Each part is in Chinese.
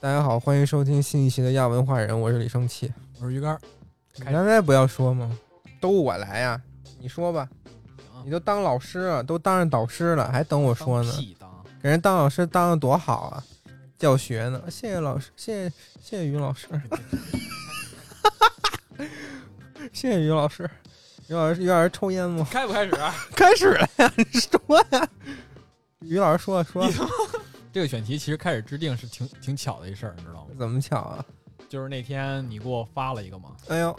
大家好，欢迎收听新一期的亚文化人，我是李生气。我是鱼竿儿，你开刚才不要说吗？都我来呀、你说吧。行你都当老师了，都当上导师了，还等我说呢啊当？屁当，给人当老师当的多好啊！教学呢？谢谢老师，谢谢谢谢于老师， 谢谢于老师。于老师，于老师抽烟吗？ 开不开始？啊开始了呀， 你说呀。于老师说说 你，这个选题其实开始制定是挺挺巧的一事儿，你知道吗？怎么巧啊？就是那天你给我发了一个嘛，哎呦，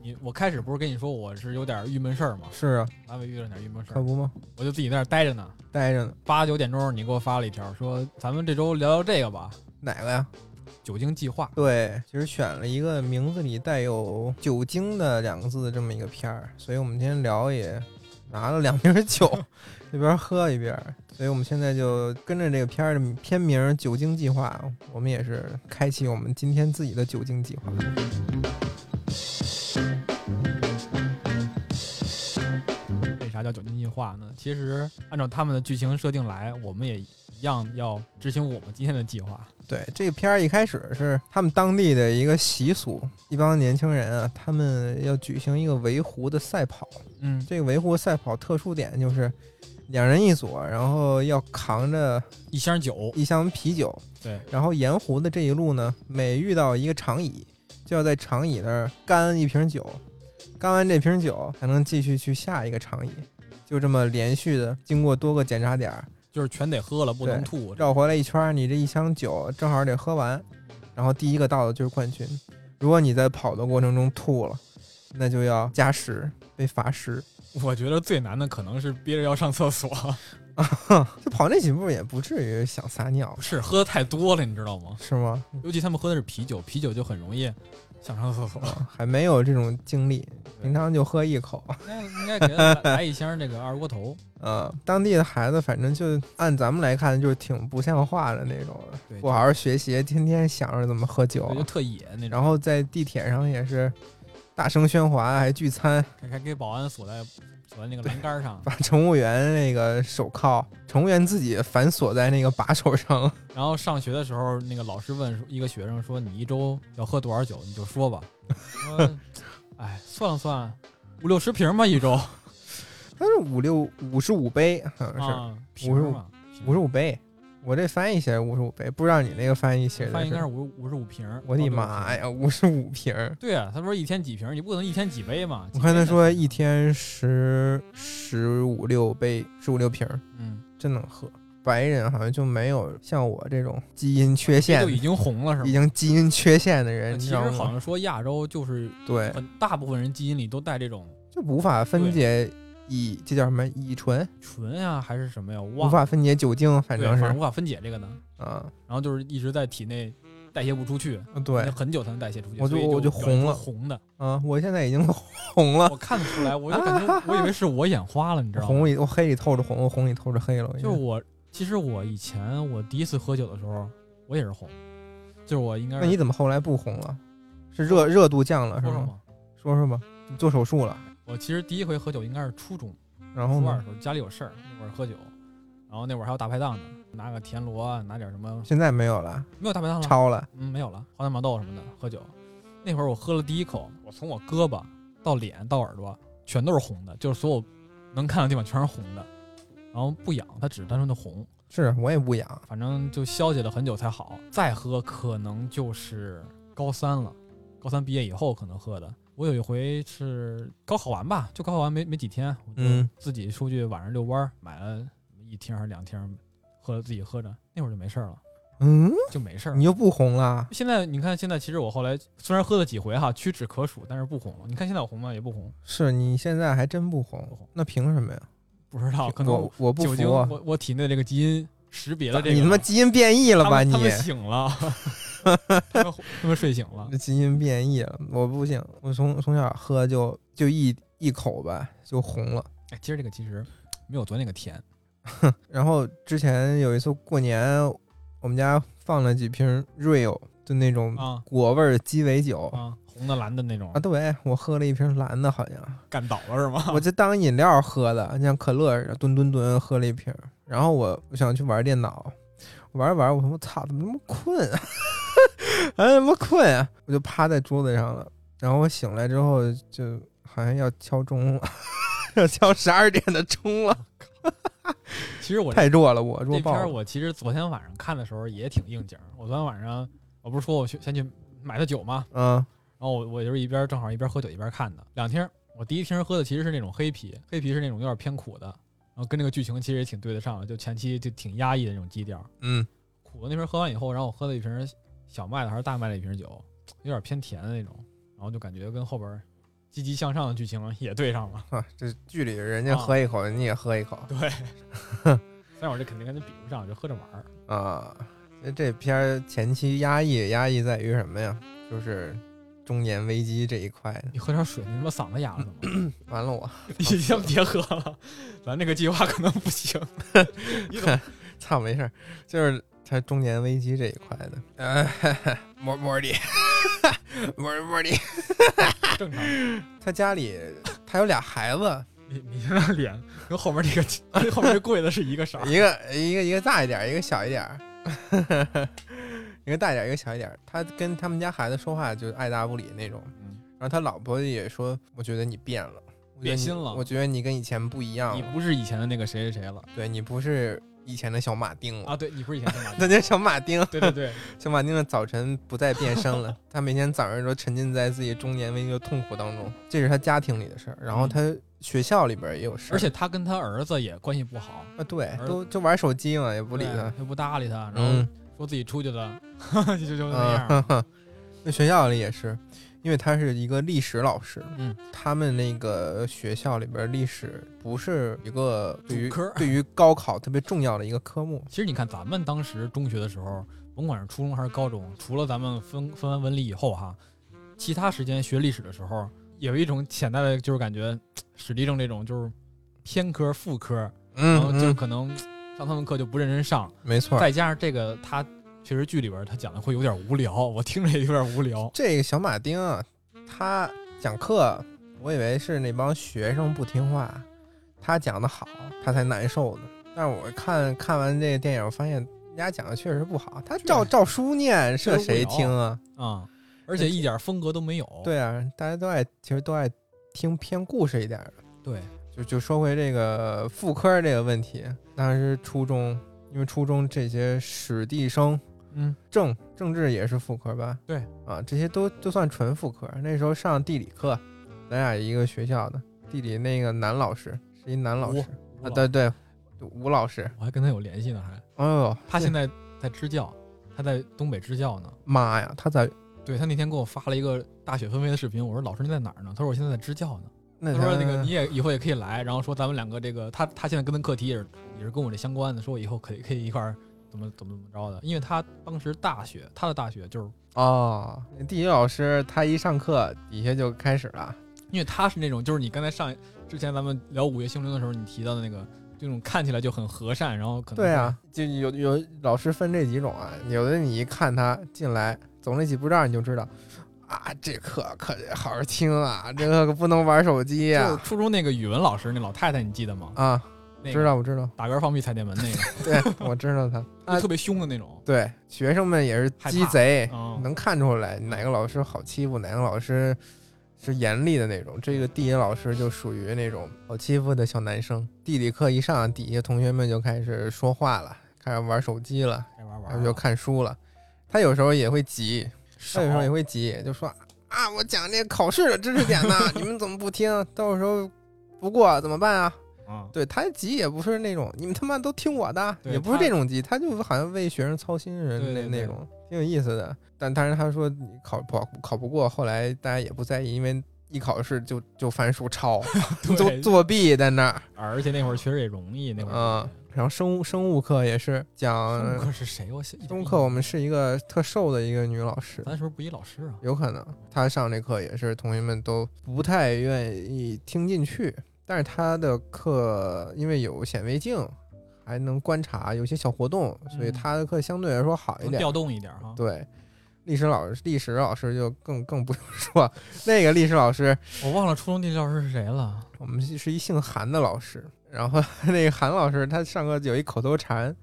你我开始不是跟你说我是有点郁闷事儿嘛，是啊，单位遇了点郁闷事可儿，不吗？我就自己在那儿待着呢。待着呢，八九点钟你给我发了一条，说咱们这周聊聊这个吧，哪个呀？酒精计划。对，其实选了一个名字里带有“酒精”的两个字的这么一个片儿，所以我们今天聊也拿了两瓶酒，一边喝一边儿，所以我们现在就跟着这个片儿的片名儿《酒精计划》，我们也是开启我们今天自己的酒精计划。为啥叫酒精计划呢？其实按照他们的剧情设定来，我们也一样要执行我们今天的计划。对，这个片儿一开始是他们当地的一个习俗，一帮年轻人啊，他们要举行一个围湖的赛跑。嗯，这个围湖赛跑特殊点就是两人一组，啊然后要扛着一箱酒，一箱啤酒。对，然后沿湖的这一路呢，每遇到一个长椅，就要在长椅那儿干一瓶酒，干完这瓶酒才能继续去下一个长椅，就这么连续的经过多个检查点儿，就是全得喝了，不能对吐。绕回来一圈儿，你这一箱酒正好得喝完，然后第一个到的就是冠军。如果你在跑的过程中吐了，那就要加时，被罚时。我觉得最难的可能是憋着要上厕所，就跑那几步也不至于想撒尿不，是喝的太多了，你知道吗？是吗？尤其他们喝的是啤酒，啤酒就很容易想上厕所。啊还没有这种经历，平常就喝一口。那应该给他来 一箱这个二锅头。呃，当地的孩子反正就按咱们来看，就是挺不像话的那种，对不好好学习，天天想着怎么喝酒对，，就特野那种，然后在地铁上也是大声喧哗，还聚餐，还还给保安锁在锁在那个栏杆上，把乘务员那个手铐，乘务员自己反锁在那个把手上。然后上学的时候，那个老师问一个学生说：“你一周要喝多少酒？你就说吧。”说：“哎，算了算，五六十瓶吧，一周啊，他是五六五十五杯，好像啊瓶55嘛，是五十五杯，我这翻译写五十五杯，不知道你那个翻译写的饭应该是是五五十五瓶。”我的呀！妈呀，五十五瓶儿！对啊，他说一天几瓶，你不可能一天几杯嘛。我看他几杯说才行一，天十十五六杯，十五六瓶儿。嗯，真能喝。白人好像就没有像我这种基因缺陷嗯这就，已经红了是已吗？经基因缺陷的那人，你其知实道好吗？像说亚洲就是对，很呃大部分人基因里都带这种就无法分解乙，这叫什么乙醇，醇呀、啊还是什么呀，无忘了，法分解酒精，反对，正反是正无法分解这个呢。啊，然后就是一直在体内代谢不出去，对那，很久才能代谢出去，我就所以我就就表现红出了红的，啊，我现在已经 红了，我看得出来，我就 感觉我以为是我眼花了，你知道红吗？里我黑里透着红，我红里透着黑了，我已就是经我，其实我以前我第一次喝酒的时候，我也是红，就是我应该那是你怎么后来不红了？是热热度降了是说什吗？么？说说吧，你做手术了，我其实第一回喝酒应该是初中。然后初二呢的？时候家里有事儿，那会儿喝酒，然后那会儿还有大排档呢，拿个田螺啊，拿点什么，现在没有了，没有大排档了，超了，嗯，没有了，花生毛豆什么的，喝酒。那会儿我喝了第一口，我从我胳膊到脸到耳朵全都是红的，就是所有能看的地方全是红的，然后不痒，它只是单纯的红，是我也不养，反正就消解了很久才好。再喝可能就是高三了，高三毕业以后可能喝的。我有一回是高考完吧，就高考完没没几天，我就嗯自己出去晚上遛弯儿，买了一听还是两听，喝了自己喝着，那会儿就没事儿了，嗯，就没事儿你了。又不红了。现在你看，现在其实我后来虽然喝了几回哈，屈指可数，但是不红了。你看现在我红吗？也不红，是你现在还真不不红红，那凭什么呀？不知道，可能我我不酒精，服啊，我我体内的这个基因识别了这个，你他妈基因变异了他吧们你他？们醒了， 他们他们睡醒了。基因变异了，我不行，我从从小喝就就一一口吧就红了。哎，今儿这个其实没有昨天那个甜，然后之前有一次过年，我们家放了几瓶 Rio，就那种啊果味儿鸡尾酒啊，红的蓝的那种嗯啊。，对，我喝了一瓶蓝的，好像。干倒了 是吗？我就当饮料喝的，你像可乐似的，吨吨吨喝了一瓶儿。然后我我想去玩电脑，玩着玩着，我说我操，怎么那么困啊？ 哎，怎么困啊？我就趴在桌子上了。然后我醒来之后，就好像要敲钟了， 要敲十二点的钟了，其实我这太弱了我，弱这片爆儿了。我其实昨天晚上看的时候也挺应景儿。我昨天晚上我不是说我去先去买的酒吗？嗯然后我我就是一边正好一边喝酒一边看的两听儿。我第一听儿喝的其实是那种黑啤，黑啤是那种有点偏苦的，然后跟这个剧情其实也挺对得上的，就前期就挺压抑的那种基调。嗯，苦的那瓶喝完以后，然后我喝了一瓶小麦的还是大麦的一瓶酒，有点偏甜的那种，然后就感觉跟后边积极向上的剧情 也对上了。啊，这剧里人家喝一口，你也喝一口对，但我这肯定跟他比不上，就喝着玩儿。啊。这这片儿前期压抑压抑在于什么呀？就是中年危机这一块的。你喝点水，你他妈嗓子哑了怎么？完了我。 你先别喝了，咱这个计划可能不行。 操，没事儿，就是他中年危机这一块的。呃，莫莫 里，莫莫里，正常。他家里他有俩孩子，你你这 张脸跟后面这个跟后面这柜子是一个色儿。一个一个一个大一点儿，一个小一点儿， 一个大一点儿，一个小一点儿。他跟他们家孩子说话就爱答不理那种。嗯然后他老婆也说：“我觉得你变了，我觉得变你心了我觉得你跟以前不一样你了，不是以前的那个谁谁谁了对你不是以前的小马丁了。 啊？对，你不是以前的马他丁。家小马丁，对 对对，小马丁的早晨不再变声了，他每天早上都沉浸在自己中年危机的痛苦当中，这是他家庭里的事儿，然后他学校里边也有事儿，嗯而且他跟他儿子也关系不好，啊对，儿都就玩手机嘛，也不不理他，又不搭理他，然后嗯说自己出去了， 就就那样。嗯， 那学校里也是，因为他是一个历史老师，嗯，他们那个学校里边历史不是一个对于主科对于高考特别重要的一个科目，其实你看，咱们当时中学的时候，甭管是初中还是高中，除了咱们分分完文理以后哈，其他时间学历史的时候，有一种潜在的就是感觉，史地政这种就是偏科副科，然后嗯，就嗯可能上他们课就不认真上，没错。再加上这个他确实剧里边他讲的会有点无聊，我听着也有点无聊。这个小马丁啊，他讲课，我以为是那帮学生不听话，他讲的好，他才难受呢。但是我看看完这个电影，我发现人家讲的确实不好，他照确实照书念，确这实无谁聊听啊？ 啊、而且一点风格都没有。对啊，大家都爱，其实都爱听偏故事一点的。对，就就说回这个副科这个问题，当时初中，因为初中这些史地生嗯，政政治也是副科吧？对啊，这些都就算纯副科。那时候上地理课，咱俩一个学校的，地理那个男老师是一男老师啊，对对，吴老师。我还跟他有联系呢，还哎呦，他现在在在支教，他在东北支教呢。妈呀，他在对他那天给我发了一个大雪纷飞的视频，我说老师您在哪儿呢？他说我现在在支教呢。那他他说那个你也以后也可以来，然后说咱们两个这个他他现在跟的课题也是也是跟我这相关的，说我以后可以可以一块儿怎么怎么怎么着的，因为他当时大学他的大学就是哦，那地理老师他一上课底下就开始了，因为他是那种就是你刚才上之前咱们聊午夜凶铃的时候你提到的那个这种看起来就很和善，然后可能对啊，就有有老师分这几种啊，有的你一看他进来走那几步道你就知道。啊，这课可得好好听啊！这课可不能玩手机会呀、就是初中那个语文老师那老太太你记得吗？啊！那知个道，我知道，打嗝放屁踩电门那 个，对，我知道他。就啊特，别凶的那种。对，学生们也是害怕鸡贼，嗯能看出来哪个老师好欺负，哪个老师是严厉的那种。这个地理老师就属于那种好欺负的小男生。地理课一上，底下同学们就开始说话了，开始玩手机了，该玩然玩后就啊，看书了。他有时候也会急，少他有时候也会急，就说啊，我讲这考试的知识点呢， 你们怎么不听？到时候不过怎么办啊？啊，对他急也不是那种你们他妈都听我的，对也不是他这种急，他就好像为学生操心似的对那对对那种，挺有意思的。但但是他说你考不好考不过，后来大家也不在意，因为一考试就就翻书 抄，作对，作弊在那儿。而且那会儿确实也容易，那会儿嗯，然后生物生物课也是讲生物课是谁？我想生物课，我们是一个特瘦的一个女老师，咱是不是不一老师啊？有可能他上这课也是同学们都不太愿意听进去，但是他的课因为有显微镜，还能观察有些小活动，所以嗯他的课相对来说好一能点。调动一点哈。对，历史老师，历史老师就更更不用说， 那个历史老师，我忘了初中地理老师是谁了。我们是是一姓韩的老师，然后那个韩老师他上课有一口头禅，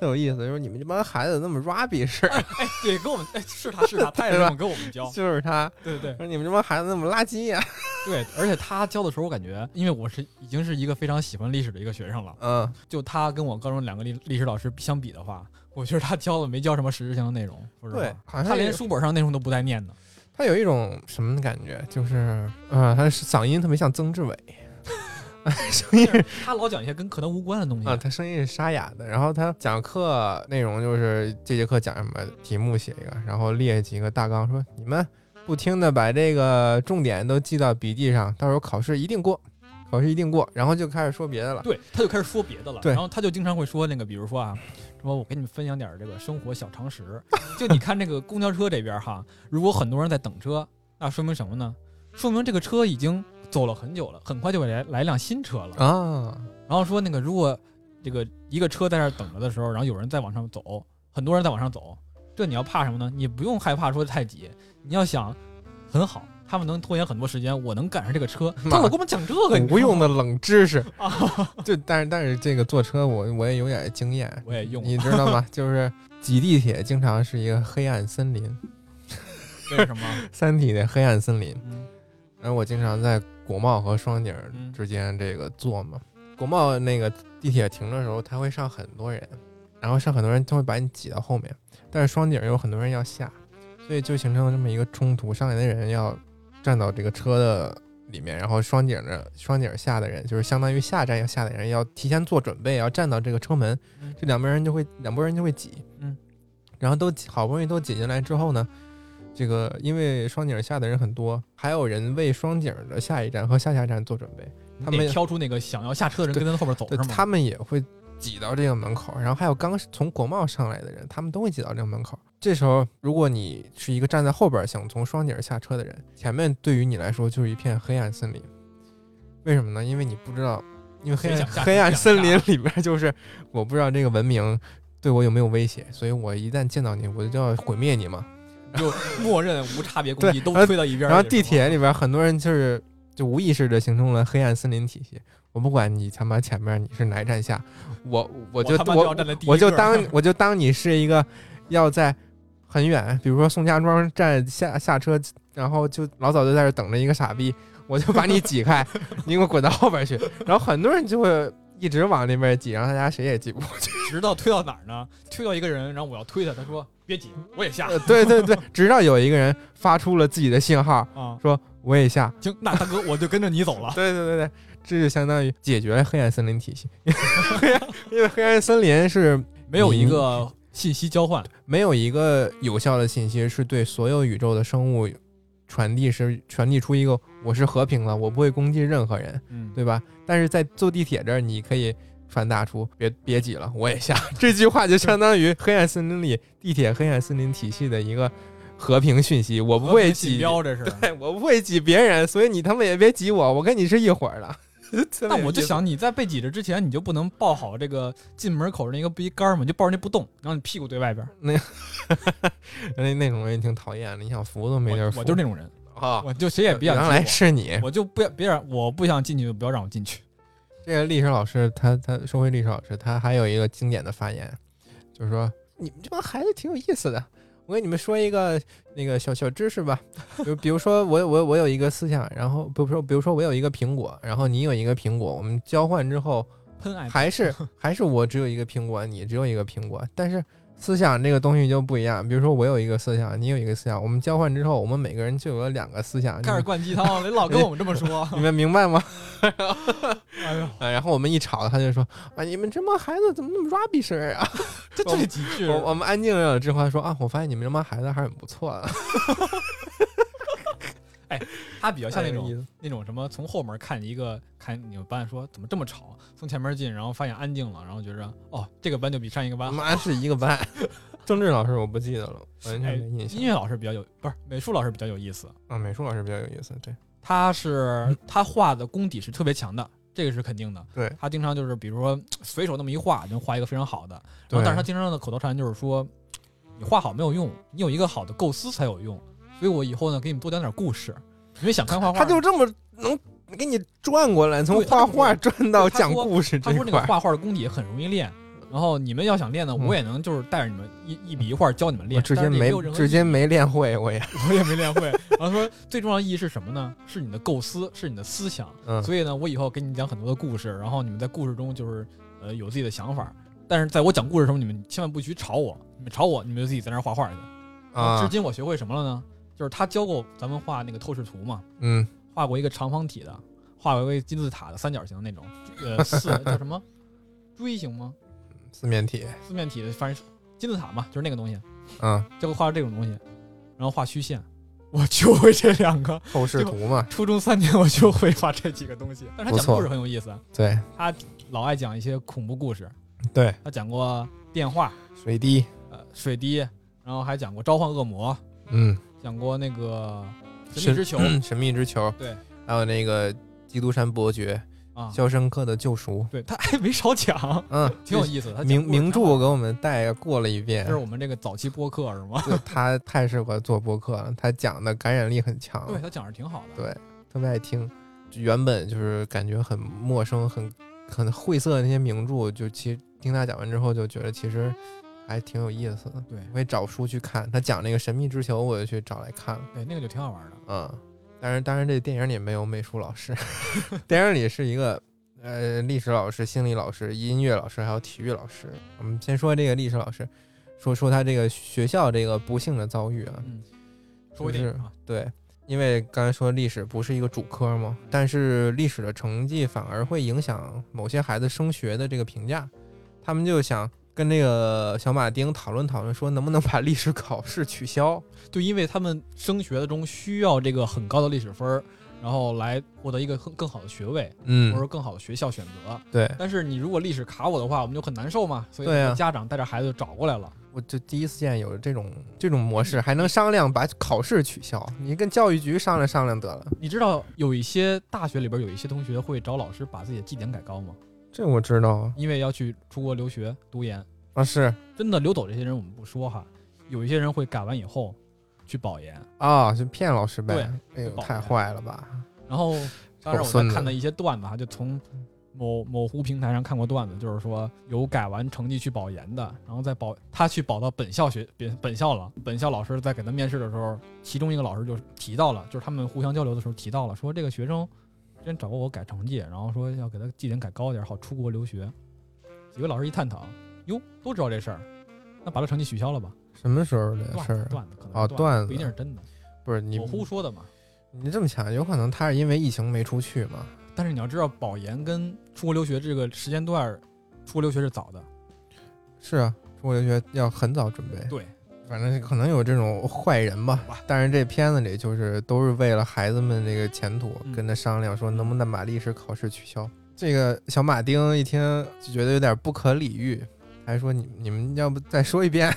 特有意思，就是你们这帮孩子怎么那么 rubbish，。哎， 对，跟我们，哎，是他是他，他 也是这么跟我们教 就是他对对说你们这帮孩子怎么垃圾呀、对，而且他教的时候，我感觉，因为我是已经是一个非常喜欢历史的一个学生了，嗯，就他跟我高中两个历历史老师相比的话，我觉得他教的没教什么实质性的内容，说实对话，，好像他连有书本上内容都不带念的。他有一种什么感觉，就是啊、他是嗓音特别像曾 志伟，声音就是他老讲一些跟课堂无关的东西。啊，他声音是沙哑的，然后他讲课内容就是这节课讲什么，题目写一个，然后列几个大纲，说你们不听的把这个重点都记到笔记上，到时候考试一定过，考试一定过，然后就开始说别的了。对，他就开始说别的了。对然后他就经常会说那个，比如说啊，什么我给你们分享点儿这个生活小常识。就你看这个公交车这边哈，如果很多人在等车，那说明什么呢？说明这个车已经走了很久了，很快就会来来辆新车了。啊，然后说那个如果这个一个车在这儿等着的时候，然后有人在往上走，很多人在往上走，这你要怕什么呢？你不用害怕说太挤，你要想很好。他们能拖延很多时间，我能赶上这个 车。他老跟我们讲这个，你知道无用吗的冷知 识。啊！就但是但是这个坐车我我也有点经验，我也用你知道吗？就是挤地铁经常是一个黑暗森林，《 为什么？三体》的黑暗森林。嗯然后我经常在国贸和双井儿嗯之间这个坐嘛，国贸那个地铁停的时候，它会上很多人，然后上很多人就会把你挤到后面，但是双井儿有很多人要下，所以就形成了这么一个冲突，上来的人要站到这个车的里面，然后双井儿的双井儿下的人就是相当于下站要下的人要提前做准备，要站到这个车门，嗯这两边人就会两拨人就会挤，嗯，然后都挤好不容易都挤进来之后呢，这个因为双井下的人很多，还有人为双井的下一站和下下站做准备，你他得们挑出那个想要下车的人，对跟他后边走对哦是，吗？他们也会挤到这个门口，然后还有刚从国贸上来的人，他们都会挤到这个门口。这时候，如果你是一个站在后边想从双井下车的人，前面对于你来说就是一片黑暗森林。为什么呢？因为你不知道，因为黑谁暗想下黑暗谁想森下林里边就是我不知道这个文明对我有没有威胁，所以我一旦见到你，我就要毁灭你嘛。就默认无差别攻击，都然后推到一边儿去。然后地是吗铁里边很多人就是就无意识的形成了黑暗森林体系。我不管你他妈前面你是哪一站下，我我就他妈就要我站在第一我就个 当我就当你是一个要在很远，比如说宋家庄站下下车，然后就老早就在这等着一个傻逼，我就把你挤开， 你给我滚到后边去。然后很多人就会一直往那边挤，然后大家谁也挤不过去。 直到推到哪儿呢？推到一个人，然后我要推他，他说别挤，我也下呃对对对，直到有一个人发出了自己的信号，啊。说我也下，行，那大哥我就跟着你走了。 对对对对，这就相当于解决了黑暗森林体系， 因为黑暗森林是没有一个嗯信息交换，没有一个有效的信息是对所有宇宙的生物传递，是传递出一个我是和平了，我不会攻击任何人，嗯，对吧？但是在坐地铁这儿，你可以传达出别别挤了，我也下这句话，就相当于黑暗森林里地铁黑暗森林体系的一个和平讯息，我不会锦挤。标这是。对 我不会挤别人，所以你他妈也别挤我，我跟你是一伙儿的。 那我就想，你在被挤着之前，你就不能抱好这个进门口那个逼杆儿吗？你就抱着那不动，然后你屁股对外边儿。那那种人挺讨厌的，你想扶都没地儿我扶。我就是那种人，啊，我就谁也别想原挤来我是你。我就不要别让我不想进去，就不要让我进去。这个历史老师，他他说回历史老师，他还有一个经典的发言，就是说你们这帮孩子挺有意思的。我给你们说一个那个小小知识吧，就比如说我我我有一个思想，然后不不说，比如说我有一个苹果，然后你有一个苹果，我们交换之后，喷爱还 是还是我只有一个苹果，你只有一个苹果，但是思想这个东西就不一样。比如说我有一个思想，你有一个思想，我们交换之后，我们每个人就有了两个思想，你开始们灌 。鸡汤，你老跟我们这么说你们明白吗？哎呦，啊，然后我们一吵，他就说啊，你们这帮孩子怎么那么 rubbish 啊？这这是几句我我们安静了之后，他说啊，我发现你们这帮孩子还是很不错的，他比较像那哎有意种思那种什么，从后门看一个看你们班说怎么这么吵，从前面进，然后发现安静了，然后觉着哦，这个班就比上一个班好。妈是一个 班。政治老师我不记得了，完哎全没印象音。乐老师比较有，不是美术老师比较有意思，啊，美术老师比较有意思，对，他是他画的功底是特别强的，这个是肯定的。嗯对他经常就是比如说随手那么一画，就能画一个非常好的。然对后但是他经常的口头禅就是说，你画好没有用，你有一个好的构思才有用。所以我以后呢，给你们多讲点故事，因为想看画画。他就这么能给你转过 来，从对画他就画转到他讲说故事这他一说那个块。画画的功底很容易练，然后你们要想练呢，嗯我也能就是带着你们一一笔一画教你们我练。至今但是也没有任何至意义 今没练会，我也我也没练会。然后说最重要的意义是什么呢？是你的构思，是你的思想。 嗯所以呢，我以后给你讲很多的故事，然后你们在故事中就是呃有自己的想法。但是在我讲故事的时候，你们千万不许吵我，你们吵我，你们就自己在那儿画画去。啊至，今我学会什么了呢？就是他教过咱们画那个透视图嘛，嗯，画过一个长方体的，画过一个金字塔的三角形的那种，呃，四叫什么 锥形吗？四面体，四面体的，反正是金字塔嘛，就是那个东西。嗯，结果画了这种东西，然后画虚线，我就会这两个。透视图嘛，初中三年我就会画这几个东西，但是他不讲错故事很有意思啊，对他老爱讲一些恐怖故事，对，他讲过电话、水滴，呃水滴，然后还讲过召唤恶魔，嗯，讲过那个神神秘嗯之球神秘之球，对，还有那个基督山伯爵，啊，《肖申克的救赎对他还没少 讲，》，嗯， 挺有意思。他讲名故事名挺好，著给我们带过了一遍这是，我们这个早期播客是吗？对他太适合做播客了，他讲的感染力很强，对他讲的挺好的，啊对特别爱听。原本就是感觉很陌生、很很晦涩的那些名著，就其实听他讲完之后，就觉得其实还挺有意思的。对我会找书去看，他讲那个《神秘之球》，我就去找来看了。对那个就挺好玩的。嗯，当然，当然，这电影里没有美术老师， 电影里是一个呃历史老师、心理老师、音乐老师，还有体育老师。我们先说这个历史老师，说说他这个学校这个不幸的遭遇啊。嗯，说回电影啊，对，因为刚才说历史不是一个主科嘛，但是历史的成绩反而会影响某些孩子升学的这个评价。他们就想跟这个小马丁讨论讨论，说能不能把历史考试取消。就因为他们升学中需要这个很高的历史分儿，然后来获得一个更更好的学位，或者嗯说，更好的学校选择。对，但是你如果历史卡我的话，我们就很难受嘛。所以对啊很多家长带着孩子就找过来了，我就第一次见有这种这种模式，还能商量把考试取消。你跟教育局商量商量得了。你知道有一些大学里边有一些同学会找老师把自己的绩点改高吗？这我知道啊，因为要去出国留学读研，啊是真的留走这些人我们不说哈，有一些人会改完以后去保研，啊，就骗老师呗。哎对呦，保太研坏了吧！然后当然我狗在孙子看的一些段子哈，就从某某乎平台上看过段子，就是说有改完成绩去保研的，然后再保他去保到本校学本本校了，本校老师在给他面试的时候，其中一个老师就提到了，就是他们互相交流的时候提到了，说这个学生之前找过我改成绩，然后说要给他绩点改高点，好出国留学。几个老师一探讨，哟，都知道这事儿，那把这成绩取消了吧？什么时候的段事子儿？段子可能哦是段子不一子定是真的，不是你我胡说的嘛。你这么想，有可能他是因为疫情没出去嘛？但是你要知道，保研跟出国留学这个时间段儿，出国留学是早的，是啊，出国留学要很早准备。对，哎反正可能有这种坏人吧哇。但是这片子里就是都是为了孩子们这个前途，嗯跟他商量说能不能把历史考试取消。这个小马丁一听就觉得有点不可理喻，还说你你们要不再说一遍，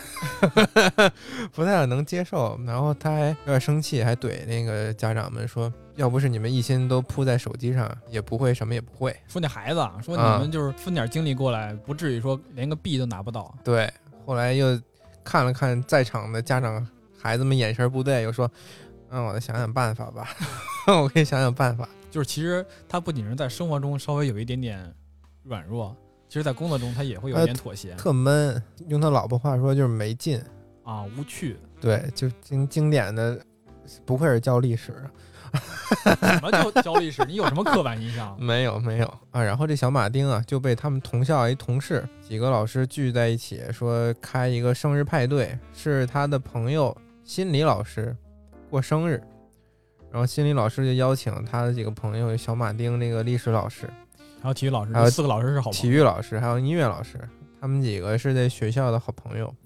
不太能接受。然后他还有点生气，还怼那个家长们说，要不是你们一心都扑在手机上，也不会什么也不会。说那孩子啊，说啊你们就是分点精力过来，不至于说连个 B 都拿不到。对，后来又看了看在场的家长孩子们眼神不对，又说：“嗯，我再想想办法吧， 我可以想想办法。就是其实他不仅是在生活中稍微有一点点软弱，其实在工作中他也会有一点妥协”呃特闷，用他老婆话说就是没劲。啊，无趣。对，就经经典的，不愧是教历史，啊什么 叫教历史？你有什么刻板印象？没有没有啊。然后这小马丁啊就被他们同校一同事几个老师聚在一起，说开一个生日派对，是他的朋友心理老师过生日，然后心理老师就邀请他的几个朋友，小马丁那个历史老师。还有体育老师，还有这四个老师是好朋体友。育老师还有音乐老师，他们几个是在学校的好朋友，嗯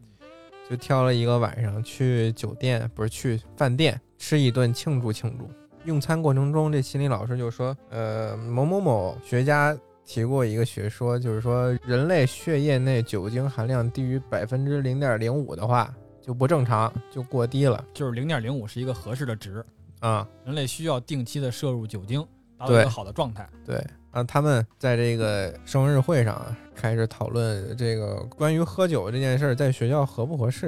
就挑了一个晚上去酒店，不是去饭店吃一顿庆祝庆祝。用餐过程中，这心理老师就说：“呃，某某某学家提过一个学说，就是说人类血液内酒精含量低于百分之零点零五的话，就不正常，就过低了就是零点零五是一个合适的值，啊。人类需要定期的摄入酒精，达到对一个好的状态。对，啊，他们在这个生日会上啊开始讨论这个关于喝酒这件事儿在学校合不合适。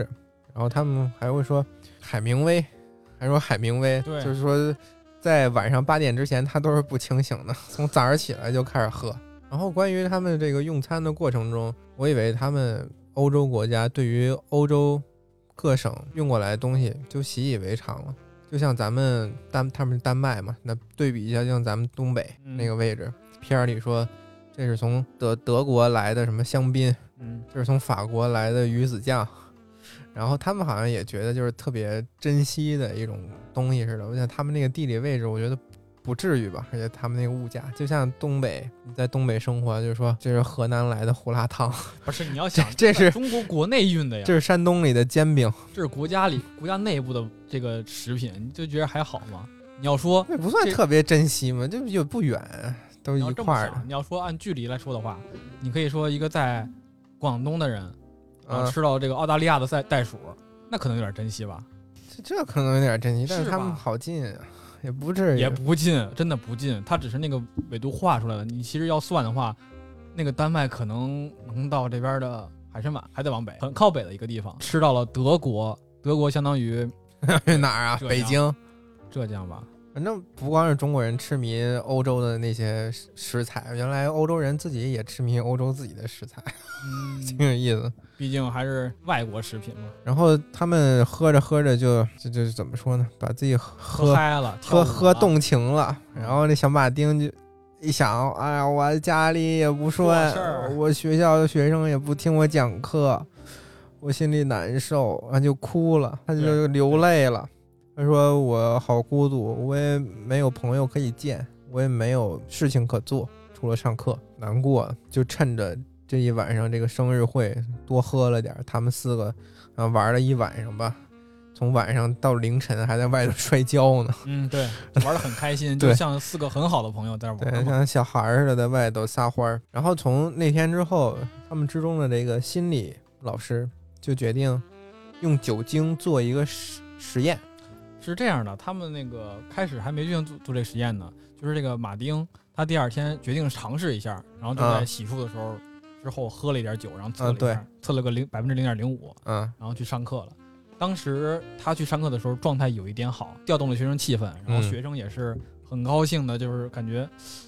然后他们还会说海明威，还说海明威，对就是说在晚上八点之前他都是不清醒的，从早上起来就开始喝。然后关于他们这个用餐的过程中，我以为他们欧洲国家对于欧洲各省运过来的东西就习以为常了，就像咱们丹他们是丹麦嘛，那对比一下，就像咱们东北嗯那个位置，片儿里说这是从德德国来的什么香槟，嗯，这是从法国来的鱼子酱，然后他们好像也觉得就是特别珍惜的一种东西似的。我想他们那个地理位置，我觉得不至于吧，而且他们那个物价，就像东北，你在东北生活，就是说这是河南来的胡辣汤，不是你要想，这是中国国内运的呀，这是山东里的煎饼，这是国家里国家内部的这个食品，你就觉得还好吗？你要说那不算这特别珍惜嘛，就也不远，都你要一这块么儿想，你要说按距离来说的话，你可以说一个在广东的人啊、啊，吃到这个澳大利亚的袋袋鼠，那可能有点珍惜吧，这这可能有点珍惜，但是是他们吧好近啊，也不至于，也不近，真的不近，它只是那个纬度画出来的。你其实要算的话，那个丹麦可能能到这边的海参崴，还得往嗯北，很靠北的一个地方，吃到了德国，德国相当于 嗯去哪儿啊？浙江北京。浙江吧，反正不光是中国人痴迷欧洲的那些食食材，原来欧洲人自己也痴迷欧洲自己的食材，嗯，挺有意思。毕竟还是外国食品嘛，然后他们喝着喝着就就就怎么说呢，把自己喝喝嗨了，啊喝跳舞喝了动情了。然后那小马丁就一想，哎呀，我家里也不顺不管事儿，我学校的学生也不听我讲课，我心里难受，然后就哭了，他就对流泪了。他说我好孤独，我也没有朋友可以见，我也没有事情可做，除了上课，难过。就趁着这一晚上这个生日会多喝了点儿，他们四个啊玩了一晚上吧。从晚上到凌晨还在外头 摔跤呢，嗯，对，玩的很开心，对就像四个很嗯好的朋友在玩对，嘛。像小孩儿似的在外头撒欢儿。然后从那天之后，他们之中的这个心理老师就决定用酒精做一个实实验。是这样的，他们那个开始还没决定做做这实验呢，就是这个马丁他第二天决定尝试一下，然后就啊在洗漱的时候、之后喝了一点酒，然后测啊了一下，对测了个零百分之零点零五，嗯然后去上课了。当时他去上课的时候状态有一点好，调动了学生气氛，然后嗯学生也是很高兴的，就是感觉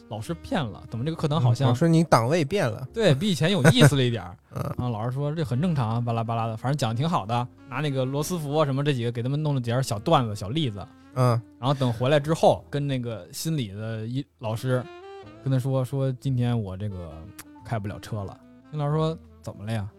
老师变了，怎么这个课堂好像我说嗯你档位变了。对比以前有意思了一点儿。嗯，然后老师说这很正常啊，巴拉巴拉的，反正讲的挺好的，拿那个罗斯福啊什么这几个给他们弄了几条小段子、小例子。嗯，然后等回来之后，跟那个心理的一老师跟他说说今天我这个开不了车了。新老师说怎么了呀？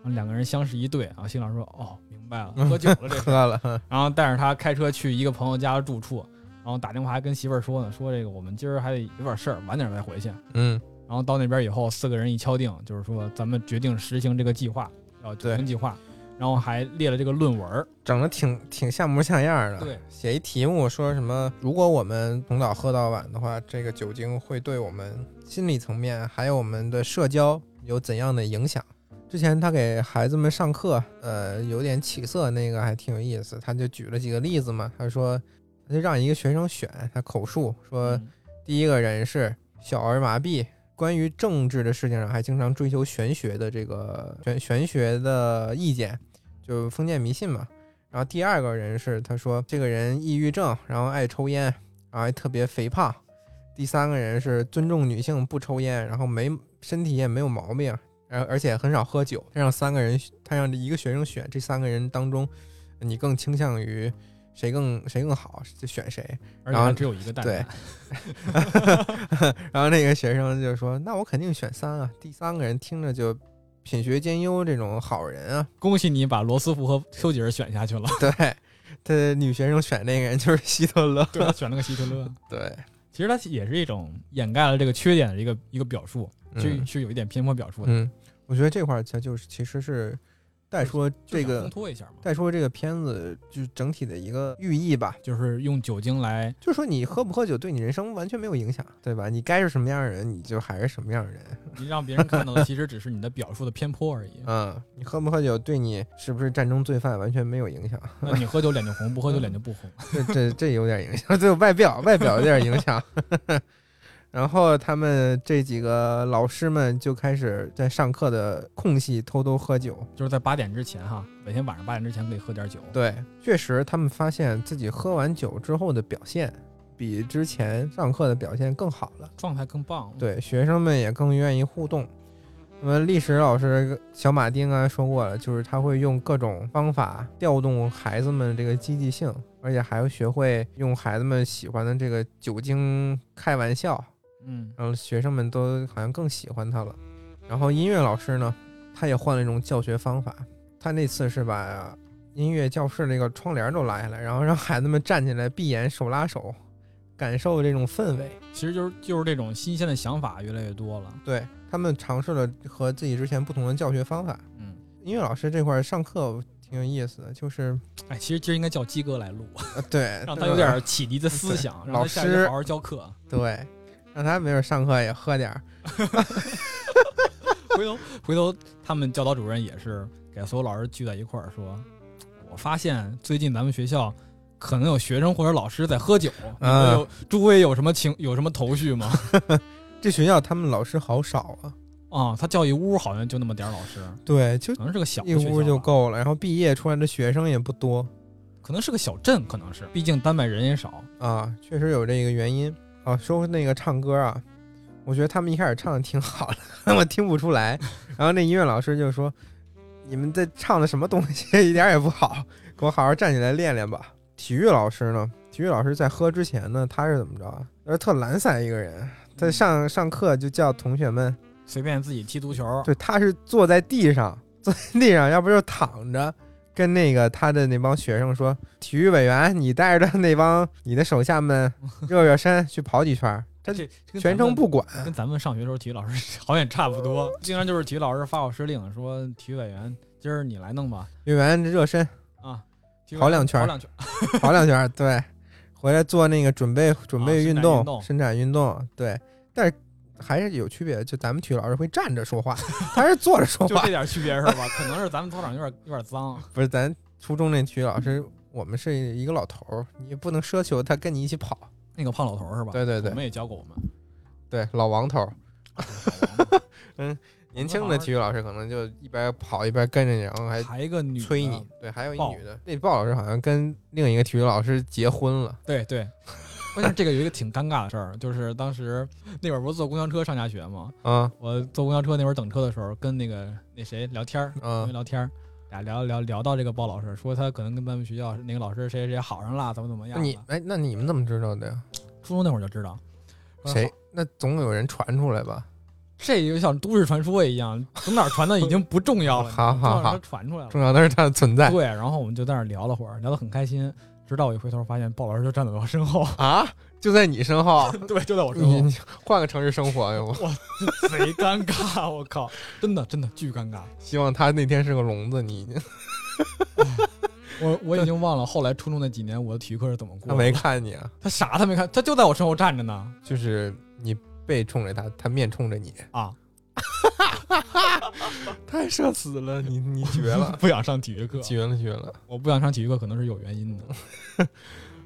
然后两个人相视一对，然后新老师说哦明白了，喝酒了这是。 喝了。嗯然后带着他开车去一个朋友家住处，然后打电话还跟媳妇儿说呢，说这个我们今儿还得有点事儿，晚点再回去。嗯，然后到那边以后，四个人一敲定，就是说咱们决定实行这个计划，要执行计划，然后还列了这个论文儿。整的挺挺像模像样儿的。，对，写一题目说什么？如果我们从早喝到晚的话，这个酒精会对我们心理层面还有我们的社交有怎样的影响？之前他给孩子们上课，呃，有点起色，那个还挺有意思。他就举了几个例子嘛，他说，他就让一个学生选，他口述说，嗯第一个人是小儿麻痹，关于政治的事情上还经常追求玄学的这个玄玄学的意见，就封建迷信嘛。然后第二个人是他说这个人抑郁症，然后爱抽烟，然后还特别肥胖。第三个人是尊重女性，不抽烟，然后没身体也没有毛病，而而且很少喝酒。他让三个人，他让一个学生选这三个人当中，你更倾向于谁更谁更好，就选谁。而然且后还只有一个蛋对蛋。， 然后那个学生就说：“那我肯定选三啊，第三个人听着就品学兼优这种好人 啊。恭喜你把罗斯福和丘吉尔选下 去了，”对，他女学生选那个人就是希特勒。 对，他选了个希特勒。对，其实他也是一种掩盖了这个缺点的一个一个表述，是嗯是有一点偏颇表述的，嗯，我觉得这块儿它就是其实是带出就这想烘个托一下嘛，带出这个片子就整体的一个寓意吧。就是用酒精来就是说你喝不喝酒对你人生完全没有影响，对吧？你该是什么样的人，你就还是什么样的人。让别人看到的，其实只是你的表述的偏颇 而已。嗯，你喝不喝酒对你是不是战争罪犯完全没有影响。那你喝酒脸就红，不喝酒脸就不红。 这这这有点影响，对外表外表有点影响。然后他们这几个老师们就开始在上课的空隙偷偷喝酒。就是在八点之前哈，每天晚上八点之前可以喝点酒。对，确实他们发现自己喝完酒之后的表现比之前上课的表现更好了。状态更棒。，对，学生们也更愿意互动。嗯那么历史老师小马丁刚才说过了，就是他会用各种方法调动孩子们这个积极性，而且还要学会用孩子们喜欢的这个酒精开玩笑，嗯，然后学生们都好像更喜欢他了。然后音乐老师呢，他也换了一种教学方法，他那次是把音乐教室那个窗帘都拉下来，然后让孩子们站起来闭眼手拉手，感受这种氛围。其实就是就是这种新鲜的想法越来越多了。对他们尝试了和自己之前不同的教学方法。嗯，音乐老师这块儿上课挺有意思的，就是哎，其实今儿应该叫鸡哥来 录，呃，对，让对他有点启迪的思想，对让他下一次老师好好教 课。对，让他没准上课也喝点儿。回头回头，他们教导主任也是给所有老师聚在一块儿说，我发现最近咱们学校可能有学生或者老师在喝酒，嗯你们有诸位有什么情有什么头绪吗？ 这学校他们老师好少啊，啊，他叫一屋好像就那么点儿老师，对，就可能是个小的一学校屋就吧，够了。然后毕业出来的学生也不多可能是个小镇，可能是，毕竟丹麦人也少。啊，确实有这个原因啊。说那个唱歌啊，我觉得他们一开始唱的挺好的， 我听不出来。然后那音乐老师就说：“你们在唱的什么东西，一 点儿也不好，给我好好站起来练练吧。”体育老师呢？体育老师在喝之前呢，他是怎么着啊？他是特懒散一个人，在上上课就叫同学们，随便自己踢足球，对，他是坐在地上， 坐在地上，要不就躺着，跟那个他的那帮学生说，体育委员，你带着那帮你的手下 们热热身，去跑几圈儿，他这全跟咱们程不管。跟咱们上学的时候体育老师 好像也差不多，经常就是体育老师发号施令说体育委员今儿你来弄吧委员热身，啊，体育委员跑两圈儿跑两圈儿，跑两圈儿， 对，回来做那个准备准啊备伸运展动、运动伸展运动，对，但是还是有区别，就咱们体育老师会站着 说话，他是坐着说就话这，点区别是吧？可能是咱们操场有点有点脏，不是咱初中那体育老师。我们是一个老头儿，你不能奢求他跟你一起跑。那个胖老头儿是吧？对对对我，们也教过我们，对，老王头 儿，嗯年轻们好的好体育老师可能就一边跑一边跟着你，然后还还一个女的催你。，对，还有一鲍女的，那鲍老师好像跟另一个体育老师结婚了。对对。关键是这个有一个挺尴尬的事儿，就是当时那会儿不是坐公交车上下学吗？啊我坐公交车那会儿等车的时候，跟那个那谁聊天儿，因为啊聊天儿，俩聊聊聊到这个鲍老师，说他可能跟咱们学校哪个老师谁谁谁好上了，怎么怎么样那了。你哎，那你们怎么知道的呀？初中那会儿就知道，呃谁？那总有人传出来吧？这就像都市传说一样，从哪儿传的已经不重要 了，好好好它传出来了。重要的是它的存在对，然后我们就在那儿聊了会儿，聊得很开心，直到我一回头发现鲍老师就站在我身后，。啊，就在你身后对，就在我身你后，你换个城市生活，要啊不 贼尴尬，我靠，真的真的巨尴尬，希望他那天是个聋子，你我我已经忘了后来初中那几年我的体育课是怎么他过的，没看你啊，他啥他没看，他就在我身后站 着呢就是你背冲着他，他面冲着你，啊，，太社死了，你你绝了不想上体育课， 绝了绝了。我不想上体育课可能是有原因的，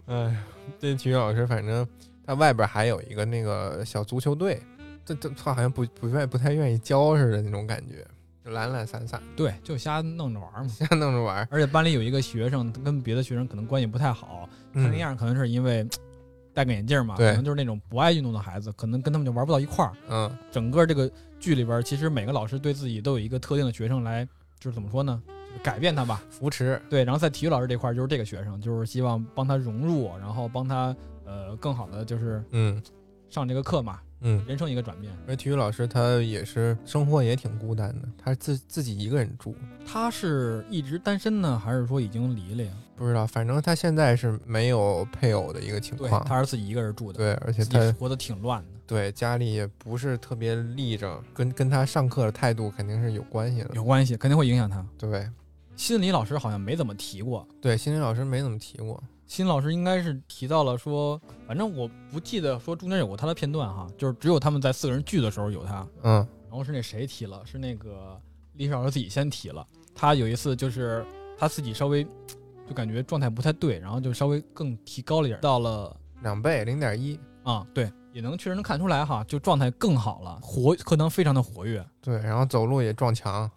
哎，这体育老师反正他外边还有一个那个小足球队，这这他好像不不愿不太愿意教似的那种感觉，就懒懒散散， 对，就瞎弄着玩儿嘛。瞎弄着玩儿。而且班里有一个学生跟别的学生可能关系不太好，他那嗯，样可能是因为戴个眼镜嘛，对可能就是那种不爱运动的孩子，可能跟他们就玩不到一块儿。嗯，整个这个剧里边儿，其实每个老师对自己都有一个特定的学生来，就是怎么说呢，就是改变他吧。扶持，对，然后在体育老师这块儿，就是这个学生，就是希望帮他融入，然后帮他呃更好的就是嗯上这个课嘛，嗯。人生一个转变。而体育老师他也是生活也挺孤单的，他自自己一个人住，他是一直单身呢，还是说已经离了呀？不知道，反正他现在是没有配偶的一个情对，况。他是自己一个人住的，对，而且自己他活得挺乱的。对家里也不是特别立正，跟跟他上课的态度肯定是有关系的。有关系，肯定会影响他。对心理老师好像没怎么提过，对，心理老师没怎么提过。新老师应该是提到了说，反正我不记得说中间有过他的片段哈，就是只有他们在四个人聚的时候有他，嗯然后是那谁提了，是那个历史老师自己先提了。他有一次就是他自己稍微就感觉状态不太对，然后就稍微更提高了一点，到了两倍，零点一。啊、对，也能确实能看出来哈，就状态更好了，活课堂非常的活跃。 对，然后走路也撞墙，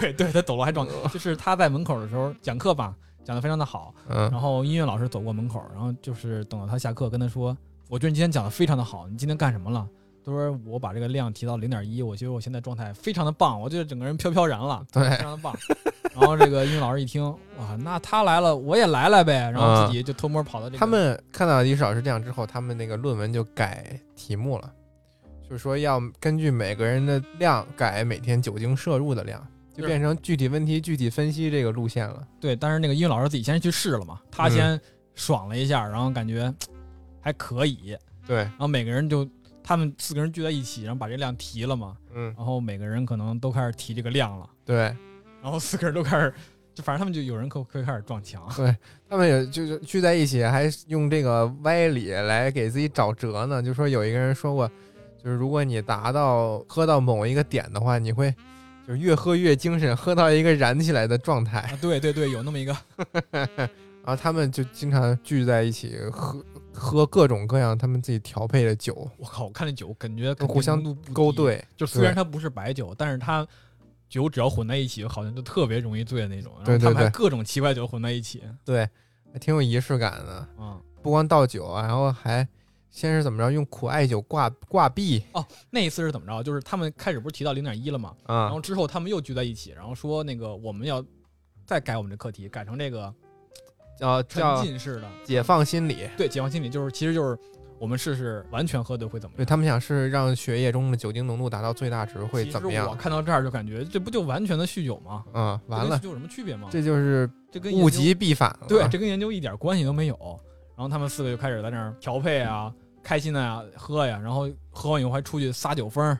对对，他走路还撞，就是他在门口的时候讲课吧，讲得非常的好。嗯，然后音乐老师走过门口，然后就是等到他下课，跟他说：“我觉得你今天讲的非常的好，你今天干什么了？”他说：“我把这个量提到零点一，我觉得我现在状态非常的棒，我觉得整个人飘飘 然了，非对，常的棒。”然后这个音乐老师一听，哇，那他来了，我也来来呗，然后自己就偷摸跑到这个嗯他们看到历史老师这样之后，他们那个论文就改题目了，就是说要根据每个人的量改每天酒精摄入的量，就是变成具体问题具体分析这个路线了。对，但是那个英语老师自己先去试了嗯嘛，他先爽了一下，然后感觉嘖还可以，对，然后每个人就他们四个人聚在一起，然后把这量提了嘛，嗯，然后每个人可能都开始提这个量了，对，然后四个人都开始，就反正他们就有人可可以开始撞墙，啊他们也就是聚在一起，还用这个歪理来给自己找辙呢。就说有一个人说过，就是如果你达到喝到某一个点的话，你会就是越喝越精神，喝到一个燃起来的状态。啊，对对对，有那么一个，然后他们就经常聚在一起喝喝各种各样他们自己调配的酒，我靠，我看那酒感觉都互相都勾，兑。就虽然它不是白酒，但是它。酒只要混在一起，好像就特别容易醉的那种。然后对对他们还对各种奇怪酒混在一起，对，还挺有仪式感的。嗯，不光倒酒啊，然后还先是怎么着，用苦艾酒挂挂壁那一次是怎么着？就是他们开始不是提到零点一了嘛，然啊后之后他们又聚在一起，然后说那个我们要再改我们的课题，改成这个叫沉叫浸式的，解放心理。对，解放心理就是其实就是我们试试完全喝醉会怎么对样。他们想是让血液中的酒精浓度达到最大值会其怎实么我样？看到这儿就感觉这不就完全的酗酒吗？嗯，完这跟了酗，酒有什么区别吗？这啊就是这跟研物究极必反了。对，这跟研究一点关系都没有。然后他们四个就开始在那儿调配啊，开心的呀，喝呀，然后喝完以后还出去撒酒疯儿，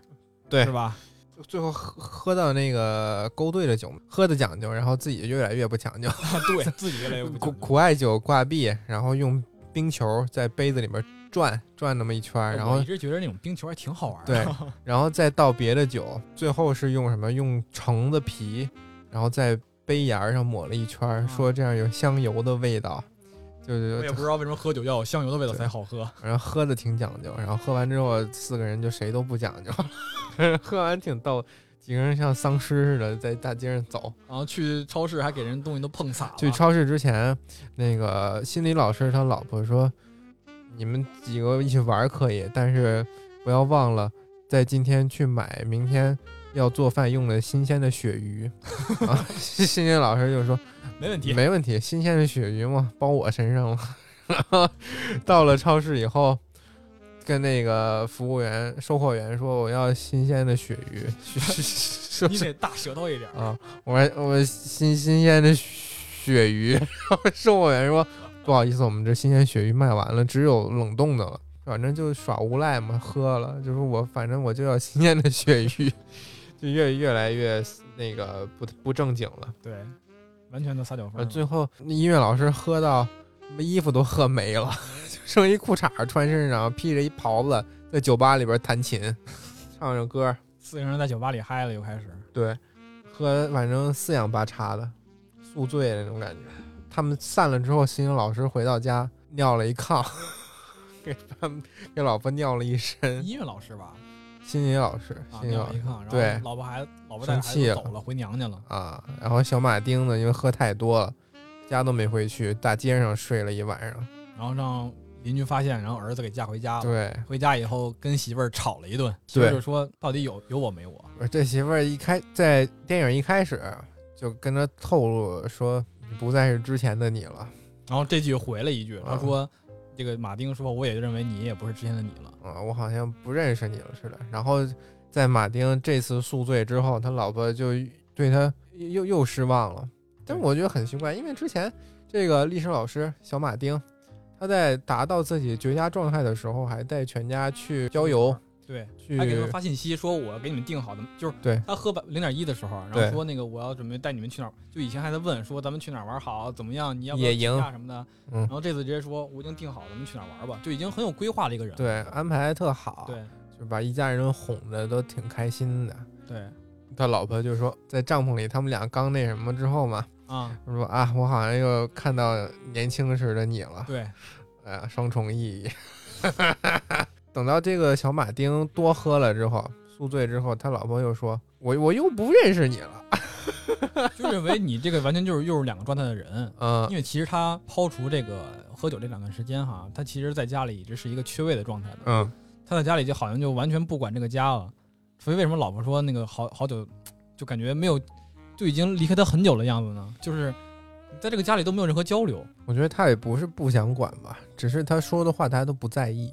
对是吧？ 最后喝喝到那个勾兑的酒，喝的讲究，然后自己越来越不讲究。对自己越来越不苦讲究苦艾酒挂壁，然后用冰球在杯子里面转转那么一圈儿，然我后一直觉得那种冰球还挺好玩儿的。对，然后再倒别的酒，最后是用什么？用橙子皮，然后在杯沿儿上抹了一圈儿，啊说这样有香油的味道，就是 我也不知道为什么喝酒要有香油的味道才好喝。然后喝的挺讲究，然后喝完之后四个人就谁都不讲究， 喝完挺逗，几个人像丧尸似的在大街上走。然后去超市还给人东西都碰洒了。去超市之前，那个心理老师他老婆说：“你们几个一起玩可以，但是不要忘了在今天去买明天要做饭用的新鲜的鳕鱼。” 啊，心理老师就说：“没问题。没问题，新鲜的鳕鱼嘛，包我身上了。然后到了超市以后，跟那个服务员、售货员说我要新鲜的鳕鱼， 说你是得大舌头一点儿，啊，我说我新新鲜的鳕鱼。然后售货员说不好意思，我们这新鲜鳕鱼卖完了，只有冷冻的了。反正就耍无赖嘛，喝了就是我，反正我就要新鲜的鳕鱼，就越越来越那个不不正经了。对，完全的撒酒疯呃，儿。最后那音乐老师喝到衣服都喝没了， 就剩一裤衩儿穿身上，披着一袍子，在酒吧里边弹琴，唱着歌儿，四个人在酒吧里嗨了，又开始。对，喝反正四仰八叉的，宿醉那种感觉。他们散了之后，心理老师回到家尿了一炕， 给他们给老婆尿了一身。音乐老师吧，心理老师，啊，心理尿老了一师炕，对然后老婆孩子，老婆带着孩生气子了走了，回娘家了。啊，然后小马丁呢，因为喝太多了，家都没回去，大街上睡了一晚上。然后让邻居发现，然后儿子给架回家了。对，回家以后跟媳妇儿吵了一顿，媳妇对儿就说到底有有我没我？我这媳妇儿一开在电影一开始就跟他透露说，你不再是之前的你了然后这句回了一句，他啊说。这个马丁说：“我也认为你也不是之前的你了。啊，我好像不认识你了似的。然后在马丁这次宿醉之后，他老婆就对他又又失望了。但对我觉得很奇怪，因为之前这个历史老师小马丁，他在达到自己绝佳状态的时候，还带全家去郊游，”对，去嗯还给他们发信息说我给你们定好的，就是对他喝百零点一的时候，啊然对后说那个我要准备带你们去哪儿，就以前还在问说咱们去哪儿玩好，怎么样，你要不要野营请假什么的，嗯然后这次直接说我已经定好了，咱们去哪儿玩吧，就已经很有规划的一个人了。对安排得特好，对就把一家人都哄得都挺开心的。对他老婆就说，在帐篷里，他们俩刚那什么之后嘛，啊，他说啊，我好像又看到年轻时的你了对，哎呀，双重意义。 等到这个小马丁多喝了之后，宿醉之后，他老婆又说：“我我又不认识你了。就认为你这个完全就是又是两个状态的人”。嗯因为其实他抛除这个喝酒这两段时间哈，他其实在家里一直是一个缺位的状态的。嗯，他在家里就好像就完全不管这个家了。所以为什么老婆说那个好好久，就感觉没有，就已经离开他很久的样子呢？就是在这个家里都没有任何交流。我觉得他也不是不想管吧，只是他说的话他都不在意，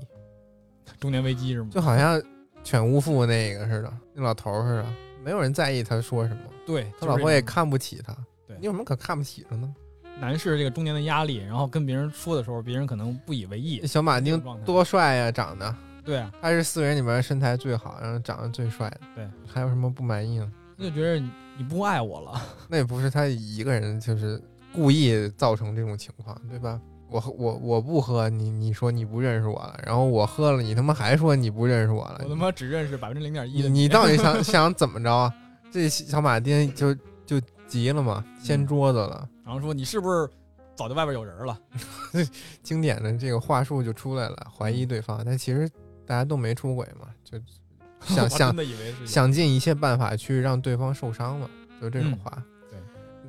中年危机是吗？就好像犬巫父那个似的，那老头儿似的，没有人在意他说什么，对，他老婆也看不起他。对你有什么可看不起的呢？男士这个中年的压力，然后跟别人说的时候，别人可能不以为意这。小马这丁种状态多帅呀、长得对啊，他是四个人里面身材最好，然后长得最帅的。对，还有什么不满意呢？他就觉得你你不爱我了。那也不是他一个人，就是故意造成这种情况，对吧？我喝我我不喝，你你说你不认识我了，然后我喝了，你他妈还说你不认识我了，我他妈只认识百分之零点一你的你到底 想想怎么着啊？这小马丁就就急了嘛，掀嗯桌子了，然后说你是不是早就外边有人了？经典的这个话术就出来了，怀疑嗯对方，但其实大家都没出轨嘛， 就想我想真的以为是有想尽一切办法去让对方受伤嘛，就这种嗯话。对，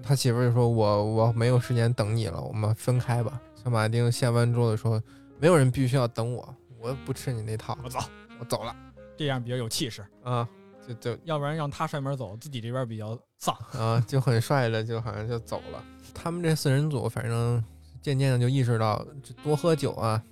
他媳妇儿就说：“我我没有时间等你了，我们分开吧。”小马丁下完桌子说：“没有人必须要等我，我不吃你那套，我走，我走了。这样比较有气势，”啊，就就要不然让他摔门走，自己这边比较丧。啊就很帅的，就好像就走了。他们这四人组，反正渐渐的就意识到，这多喝酒啊，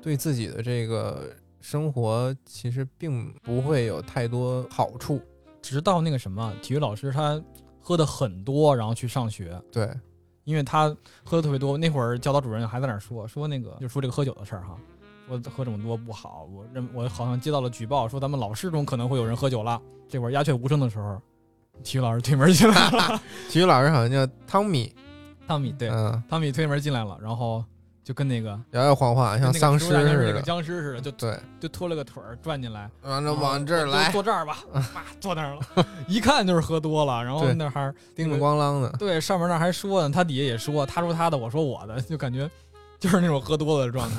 对自己的这个生活其实并不会有太多好处。直到那个什么体育老师他喝的很多，然后去上学，对，因为他喝的特别多。那会儿教导主任还在那儿说说那个就说这个喝酒的事儿哈，说喝这么多不好。我认我好像接到了举报，说咱们老师中可能会有人喝酒了。这会儿鸦雀无声的时候，体育老师推门进来了， 体育老师好像叫汤米，汤米对，嗯，汤米推门进来了，然后就跟那个。摇摇晃晃，像跟那个丧尸猪大娘似那个哦的。僵尸似的，就对，就拖了个腿儿转进来，完了然后往这儿就来，坐这 儿吧，哇，坐那儿了， 一看就是喝多了，然后对那还儿叮着咣啷的。对，上面那还说呢，他底下也说，他说他的，我说我的， 就感觉就是那种喝多了 的状态。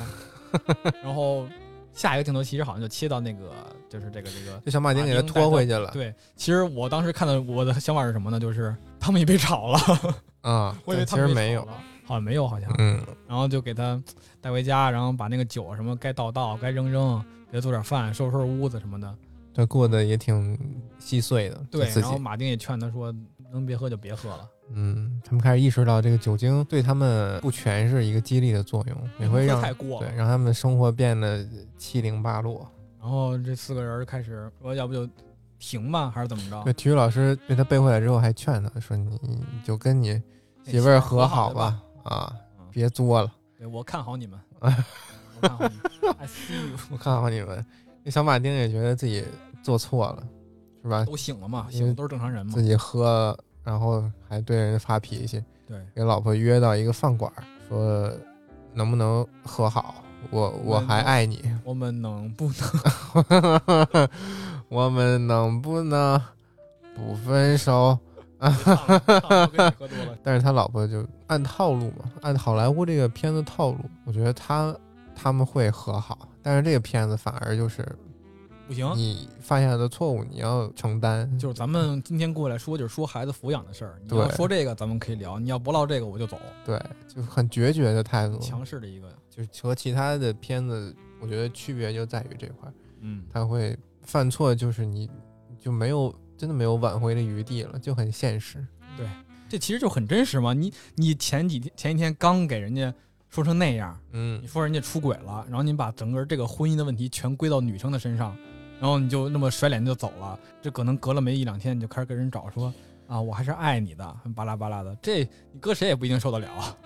然后下一个镜头其实好像就切到那个，就是这个这个，这小马丁给他拖回去了对，其实我当时看到我的想法是什么呢？就是他们也被 炒了，啊，我以为其他实们被没有炒，了，好像没有，好像，嗯，然后就给他带回家，然后把那个酒什么该倒倒，该扔扔，给他做点饭，收拾收拾屋子什么的。这过得也挺稀碎的，对，自然后己，马丁也劝他说，能别喝就别喝了，嗯，他们开始意识到这个酒精对他们不全是一个激励的作用，也会嗯喝让太过了啊对。让他们生活变得七零八落。然后这四个人开始说，要不就停吧，还是怎么着对，？体育老师对他背回来之后还劝他说：“你你就跟你媳妇儿和好哎好吧吧，啊，嗯别作了。”对我看好你 们，我看好你们，I see you。 我看好你们。那小马丁也觉得自己做错了，是吧？都醒了嘛，因为醒了都是正常人嘛嗯自。己喝了，然后还对人发脾气，对，给老婆约到一个饭馆儿，说能不能和好？我我嗯还爱你， 我们能不能？我们能不能不分手？我跟你喝多了，但是他老婆就按套路嘛，按好莱坞这个片子套路，我觉得他他们会和好，但是这个片子反而就是不行。你犯下的错误你要承担，嗯就是咱们今天过来说，就是说孩子抚养的事儿。你要对说这个，咱们可以聊；你要不唠这个，我就走。对，就很决绝的态度，强势的一个，就是和其他的片子，我觉得区别就在于这块儿，嗯，他会犯错，就是你就没有真的没有挽回的余地了，就很现实。这其实就很真实嘛。你你前几天前一天刚给人家说成那样，嗯你，说人家出轨了，然后你把整个这个婚姻的问题全归到女生的身上，然后你就那么甩脸就走了，这可能隔了没一两天你就开始跟人找说啊，我还是爱你的，巴拉巴拉的，这你搁谁也不一定受得了。啊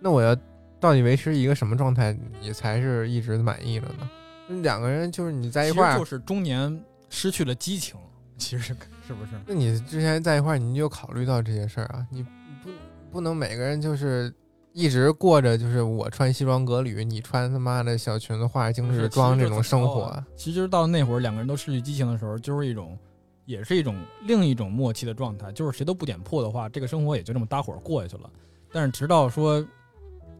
那我要到底维持一个什么状态，你才是一直满意的呢？两个人就是你在一其实块儿，就是中年失去了激情，其实是不是？那你之前在一块儿，你就考虑到这些事儿啊，你不不能每个人就是。一直过着就是我穿西装革履，你穿他妈的小裙子化着精致妆这种生活，啊啊其实到那会儿两个人都失去激情的时候，就是一种。也是一种另一种默契的状态，就是谁都不点破的话，这个生活也就这么搭伙儿过下去了。但是直到说，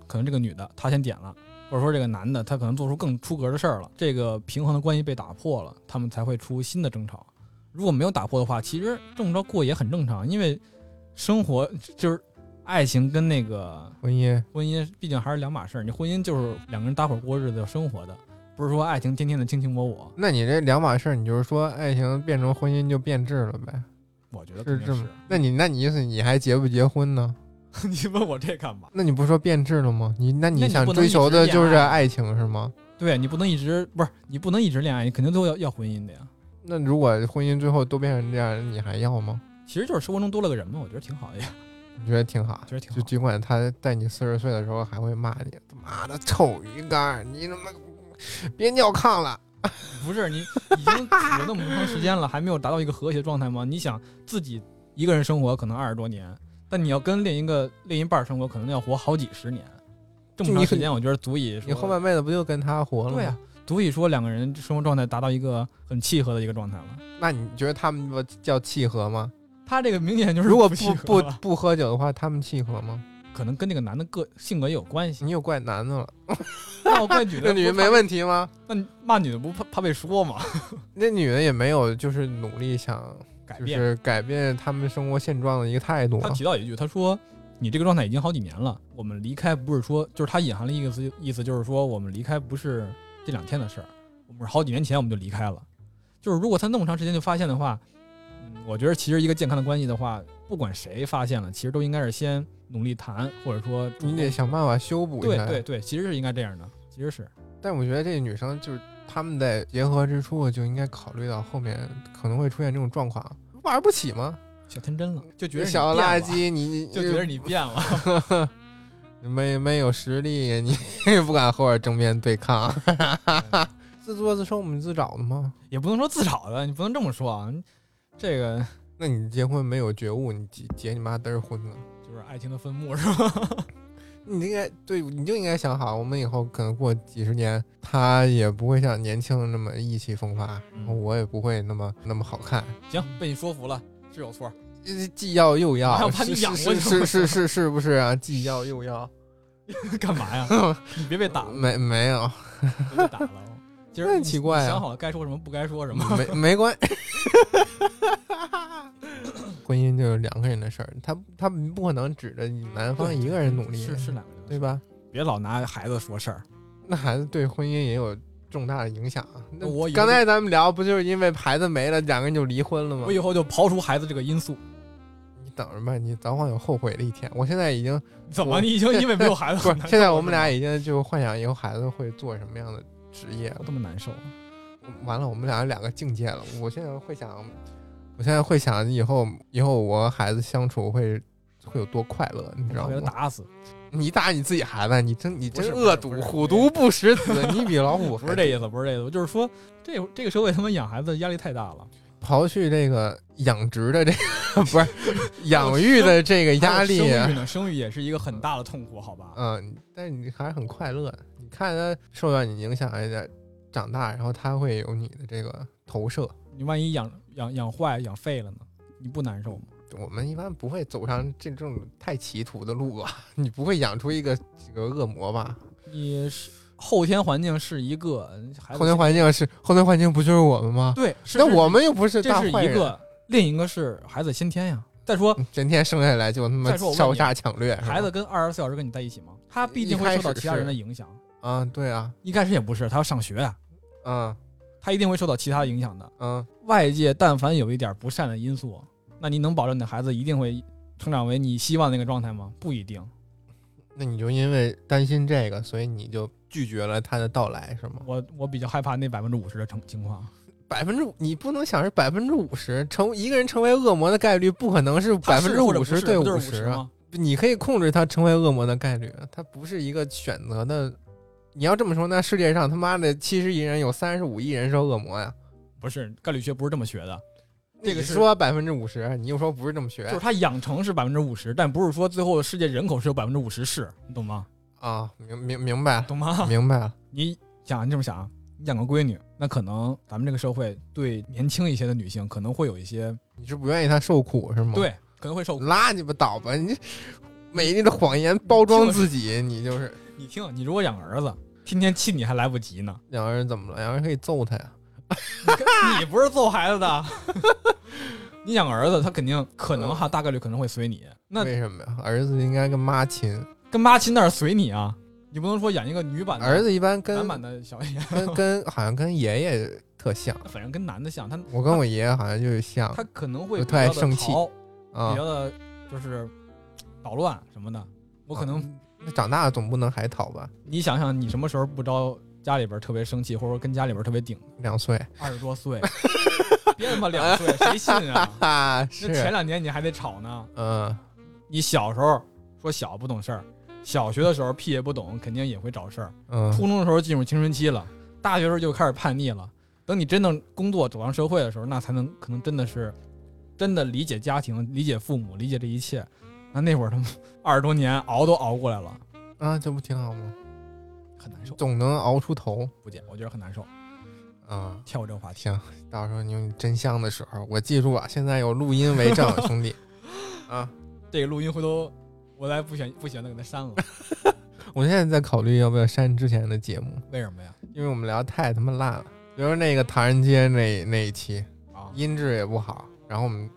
可能这个女的她先点了，或者说这个男的他可能做出更出格的事儿了，这个平衡的关系被打破了，他们才会出新的争吵。如果没有打破的话，其实这么着过也很正常，因为生活就是爱情跟那个婚姻婚姻毕竟还是两码事儿。你婚姻就是两个人搭伙过日子要生活的，不是说爱情天天的卿卿我我。那你这两码事儿，你就是说爱情变成婚姻就变质了呗？我觉得是肯定这是么？那你那你意思你还结不结婚呢？ 你问我这干嘛？那你不说变质了吗？你那那你你想不能追一求直的恋就是爱爱情是吗？对啊你不能一直不是你不能一直恋爱，你肯定都要要婚姻的呀。那如果婚姻最后都变成这样，你还要吗？其实就是生活中多了个人嘛，我觉得挺好的呀，你觉得挺好我，觉得挺好就。尽管他在你四十岁的时候还会骂你，他妈的臭鱼干儿，你他妈别尿炕了。不是你已经处了那么长时间了，还没有达到一个和谐状态吗？你想自己一个人生活可能二十多年，但你要跟另一个另一半生活，可能要活好几十年。这么就你长时间，我觉得足以说你后半辈子不就跟他活了吗？对啊呀、足以说两个人生活状态达到一个很契合的一个状态了。那你觉得他们不叫契合吗？他这个明显就是如果契不合不了不喝酒的话，他们契合吗？可能跟那个男的个性格也有关 系。你又怪男的了，那我怪女那的，女的没问题吗？那你骂女的不怕怕被 说吗？那女的也没有就是努力想改就变。是改变他们生活现状的一个态度他啊。提到一句，他说：“你这个状态已经好几年了，我们离开不是说，就是他隐含了一个意思，意思就是说我们离开不是这两天的事儿，我们是好几年前我们就离开了。就是如果他那么长时间就发现的话，嗯，我觉得其实一个健康的关系的话，不管谁发现了，其实都应该是先努力谈，或者说主你动得想办法修补一对下。对对，其实是应该这样的，其实是但我觉得这女生就是他们在结合之初就应该考虑到后面可能会出现这种状况，玩不起吗？小天真了，就觉得你小变垃了，圾，你你就觉得你变了。你没没有实力，你不敢和我正面对抗， 自作自受，我们自找的吗？也不能说自找的，你不能这么说啊，这个那你结婚没有觉悟，你结结你妈嘚儿婚了。就是爱情的坟墓是吧？ 你应该对，你就应该想好，我们以后可能过几十年，他也不会像年轻那么意气风发，嗯我也不会那么那么好看。行，被你说服了，是有错。呃既要又还要， 要把你是养是过去是是是是是不是啊？既要又要， 干嘛呀？你别被打了，没没有，别被打了。今儿 那你奇怪啊你想好了该说什么，不该说 什么。没没关。婚姻就是两个人的事儿，他他不可能指着男方一个人努力，是是两个人的对事，吧？嗯别老拿孩子说事儿。那孩子对婚姻也有重大的影响啊。那我以后刚才咱们聊，不就是因为孩子没了，两个人就离婚了吗我？以后就刨除孩子这个因素。你等着吧，你早晚有后悔的一天。我现在已 经怎么？我你已经因为没有孩子 不很是难，受现在我们是俩吗已经就幻想以后孩子会做什么样的职业了都。这么难受，完了，我们俩两个境界了。我现在会想，我现在会想以后以后我和孩子相处会会有多快乐，你知我道给他吗？打死。你打你自己孩子，你真你不真是恶不毒是，不是虎毒不食子，你比老虎 不是这意思，不是这意思，我就是说，这这个社会他们养孩子压力太大了，刨去这个养殖的这个 不 是养育的这个压力，啊还有生育呢，生育也是一个很大的痛苦，好吧？嗯，但是你还是很快乐。你看他受到你影响，而且长大，然后他会有你的这个投射。你万一养养养坏、养废了呢？你不难受吗？我们一般不会走上这种太歧途的路吧？ 你不会养出一个这个恶魔吧？你是后天环境是一个，孩子后天环境是后天环境，不就是我们吗？对，是那是我们又不是这大是坏一人，嗯个，另一个是孩子先天呀。再说，整天生下来就他妈再说我问烧你杀抢掠，是吧孩子跟二十四小时跟你在一起吗？他必定会受到其他人的影响。啊，对啊，一开始也不是，他要上学啊，嗯他一定会受到其他影响的。嗯，外界但凡有一点不善的因素，那你能保证你的孩子一定会成长为你希望那个状态吗？不一定。那你就因为担心这个，所以你就拒绝了他的到来，是吗？我我比较害怕那百分之五十的成情况，百分之五，你不能想是百分之五十成一个人成为恶魔的概率，不可能是百分之五五十对五五十十啊。吗？你可以控制他成为恶魔的概率，啊他不是一个选择的。你要这么说，那世界上他妈的七十亿人有三十五亿人是恶魔呀。不是，概率学不是这么学的，这个你是说百分之五十，你又说不是这么就是学他养成是百分之五十，但不是说最后世界人口是有百分之五十是，你懂吗？啊？明明明白了，懂吗？明白了。你想，你这么想啊，你养个闺女，那可能咱们这个社会对年轻一些的女性可能会有一些你是不愿意他受苦是吗？，对，可能会受苦。拉你吧倒吧，你美丽的谎言包装自己，你就是你听，你如果养儿子，天天气你还来不及呢。两个人怎么了？两个人可以揍他呀。 你不是揍孩子的， 你养儿子，他肯定可能哈，大概率可能会随你。那为什么呀？儿子应该跟妈亲，跟妈亲那是随你啊，你不能说养一个女版的儿子一般男跟版的小爷， 跟跟好像跟爷爷特像。反正跟男的像，他我跟我爷爷好像就是像他可能会我比特爱较的啊生气淘，比啊较。的就是捣乱什么的。我啊可能那长大了总不能还讨吧？你想想，你什么时候不招家里边特别生气，或者说跟家里边特别顶？两岁，二十多岁， 别他妈两岁，谁信啊？哈哈，这 前是，两年你还得吵呢。嗯，你小时候说小不懂事儿，小学的时候屁也不懂，肯定也会找事儿。嗯，初中的时候进入青春期了，大学时候就开始叛逆了。等你真正工作走上社会的时候，那才能可能真的是真的理解家庭、理解父母、理解这一切。那那会儿他们 二十多年熬都熬过来了，啊，这不挺好吗？很难受，总能熬出头不见我觉得很难受。啊！跳过这个话题，行，到时候你有你真相的时候，我记住啊，现在有录音为 证，兄弟。啊，这个录音回头我来不选不选的给它删了， 我现在在考虑要不要删之前的节目，为什么呀？因为我们聊太他妈烂了，比如那个唐人街那那一期，啊，音质也不好，然后我们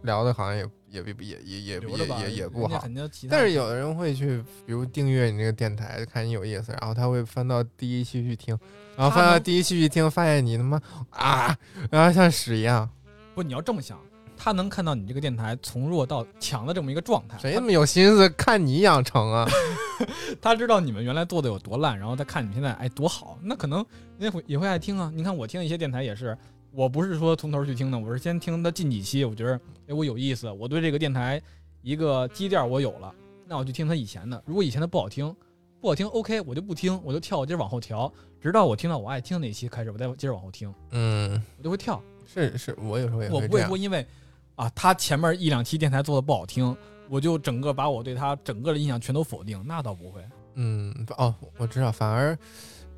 聊的好像也也也也也也留着吧，也也也不人家好。肯定其他但是有的人会去，比如订阅你这个电台，看你有意思，然后他会翻到第一期去听，然后他翻到能第一期去听，发现你他妈啊，然后像屎一样，不，你要这么想，他能看到你这个电台从弱到强的这么一个状态，谁他妈有心思看你养成啊？ 他他知道你们原来做的有多烂，然后再看你们现在哎多好，那可能人家会也会爱听啊。你看我听的一些电台也是，我不是说从头去听的，我是先听它近几期，我觉得哎我有意思，我对这个电台一个基调我有了，那我就听他以前的，如果以前的不好听。不好听，OK，我就不听，我就跳，我接着往后调，直到我听到我爱听的那一期开始，我再接着往后听，嗯，我就会跳。是是，我有时候也我会不这会样说。因为啊，他前面一两期电台做的不好听，我就整个把我对他整个的印象全都否定，那倒不会。嗯，哦，我知道，反而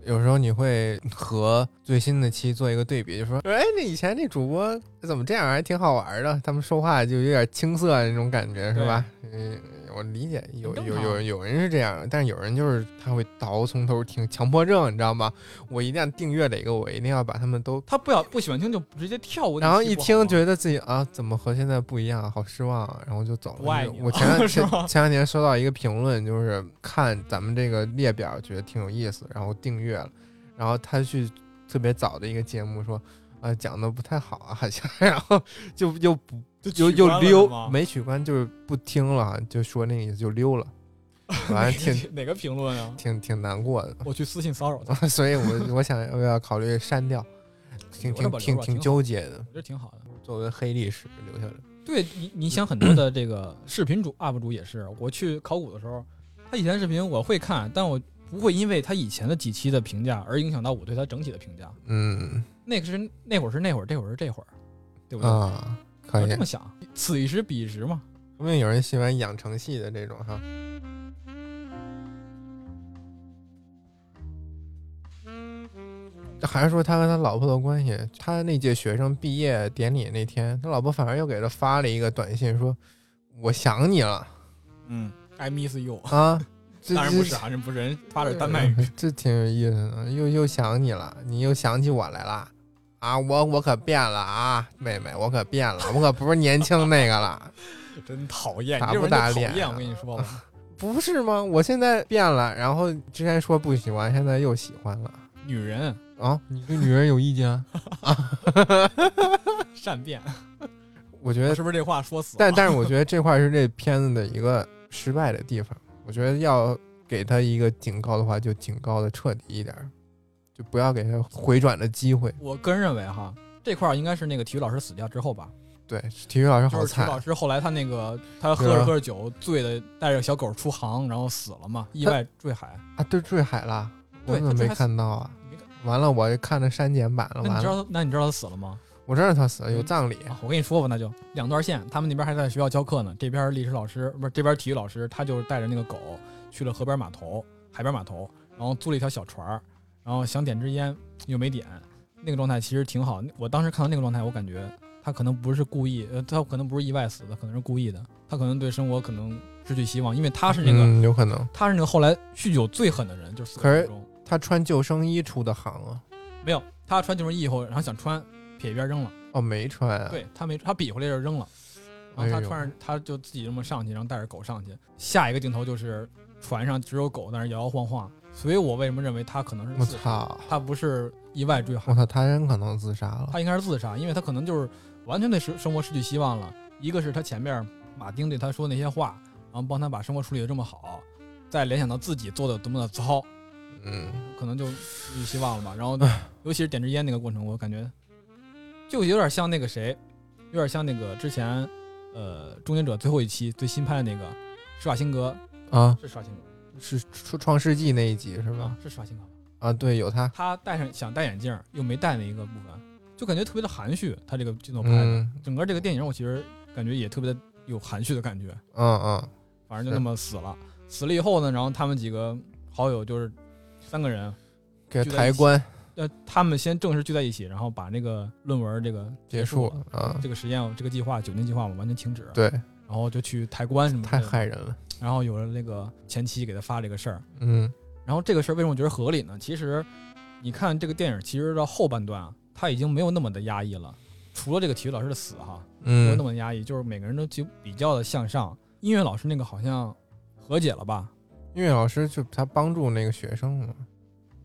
有时候你会和最新的期做一个对比，就说，哎，那以前那主播怎么这样，还挺好玩的，他们说话就有点青涩那种感觉，是吧？嗯，我理解，有很有正常有有人是这样，但是有人就是他会倒从头听，强迫症，你知道吗？我一定要订阅哪个，我一定要把他们都。他不要不喜欢听就直接跳过那然期不好后吗，一听觉得自己啊，怎么和现在不一样，好失望啊，然后就走了。不爱你我了前两是前吗前两年收到一个评论，就是看咱们这个列表觉得挺有意思，然后订阅了，然后他去特别早的一个节目说，啊、讲的不太好啊，好像， 然后就又不又取关又了是吗溜，没取关就是不听了，啊就说那个意思就溜了，反正 挺哪个评论 啊？挺挺难过的，我去私信骚扰他，所以我我想要不要考虑删掉，挺留着挺吧挺留着吧挺挺好纠结的我，觉得挺好的。作为黑历史留下来。对你，你想很多的这个视频主 UP 主也是，我去考古的时候，他以前的视频我会看，但我不会因为他以前的几期的评价而影响到我对他整体的评价。嗯那个是那会儿是那会儿，这会儿是这会儿，对不对？啊，可我以这，么想，此一时彼一时嘛。说明有人喜欢养成系的这种哈。还是说他和他老婆的关系？他那届学生毕业典礼那天，他老婆反而又给他发了一个短信，说：“我想你了嗯，I miss you。 啊！”这当然不是这啊，人不是人发点 丹麦语。这挺有意思的，又又想你了，你又想起我来了啊！我我可变了啊，妹妹，我可变了，我可不是年轻那个了。真讨厌，打你这不种人就打脸讨厌，啊我跟你说吧，不是吗？我现在变了，然后之前说不喜欢，现在又喜欢了女人啊！你对女人有意见？啊善变， 我觉得，是不是这话说死了？哎但但是我觉得这块是这片子的一个失败的地方。我觉得要给他一个警告的话，就警告的彻底一点儿，就不要给他回转的机会。我个人认为哈，这块儿应该是那个体育老师死掉之后吧，对，体育老师就好是体育惨老，师后来他那个他喝对着啊喝着酒醉的，带着小狗出航，然后死了嘛，意外坠海。啊，对，坠海了，我对怎么没他坠海看到啊？你没看完了，我看了删减版了，那你完知了，道那你知道他死了吗？我知道他死了，有葬礼，啊，我跟你说吧，那就两段线，他们那边还在学校教课呢，这边历史老师不是这边体育老师，他就是带着那个狗去了河边码头、海边码头，然后租了一条小船儿，然后想点支烟又没点，那个状态其实挺好。我当时看到那个状态，我感觉他可能不是故意，呃，他可能不是意外死的，可能是故意的，他可能对生活可能失去希望，因为他是那个、嗯，有可能。他是那个后来酗酒最狠的人，就是死可亡是最终他穿救生衣出的行啊？没有，他穿救生衣以后，然后想穿，撇一边扔了。哦，没穿啊？对他没，他比划了一下扔了。然后哎他呦穿着，他就自己这么上去，然后带着狗上去。下一个镜头就是船上只有狗在那儿摇摇晃晃，所以我为什么认为他可能是我自杀，操！他不是意外坠海我，操，他人可能自杀了。他应该是自杀，因为他可能就是完全对生生活失去希望了。一个是他前面马丁对他说那些话，然后帮他把生活处理的这么好，再联想到自己做的有多么的糟，嗯，可能就失去希望了吧。然后，尤其是点支烟那个过程，我感觉就有点像那个谁，有点像那个之前呃《终结者》最后一期最新拍的那个施瓦辛格，啊，是施瓦辛格是创创世纪那一集是吧吧？？是施瓦辛格吧。啊，对，有他。他戴上想戴眼镜又没戴那一个部分，就感觉特别的含蓄。他这个镜头拍的，嗯整个这个电影我其实感觉也特别的有含蓄的感觉。嗯嗯，反正就那么死了，死了以后呢，然后他们几个好友就是三个人，给聚在抬一起棺呃，他们先正式聚在一起，然后把那个论文这个结束束了，啊，这个实验这个计划九年计划我们完全停止，对，然后就去抬棺什么的，太害人了。然后有了那个前妻给他发这个事儿，嗯然后这个事儿为什么我觉得合理呢？其实你看这个电影，其实到后半段啊，他已经没有那么的压抑了，除了这个体育老师的死哈，没有那嗯么的压抑，就是每个人都就比较的向上。音乐老师那个好像和解了吧？音乐老师就他帮助那个学生嘛，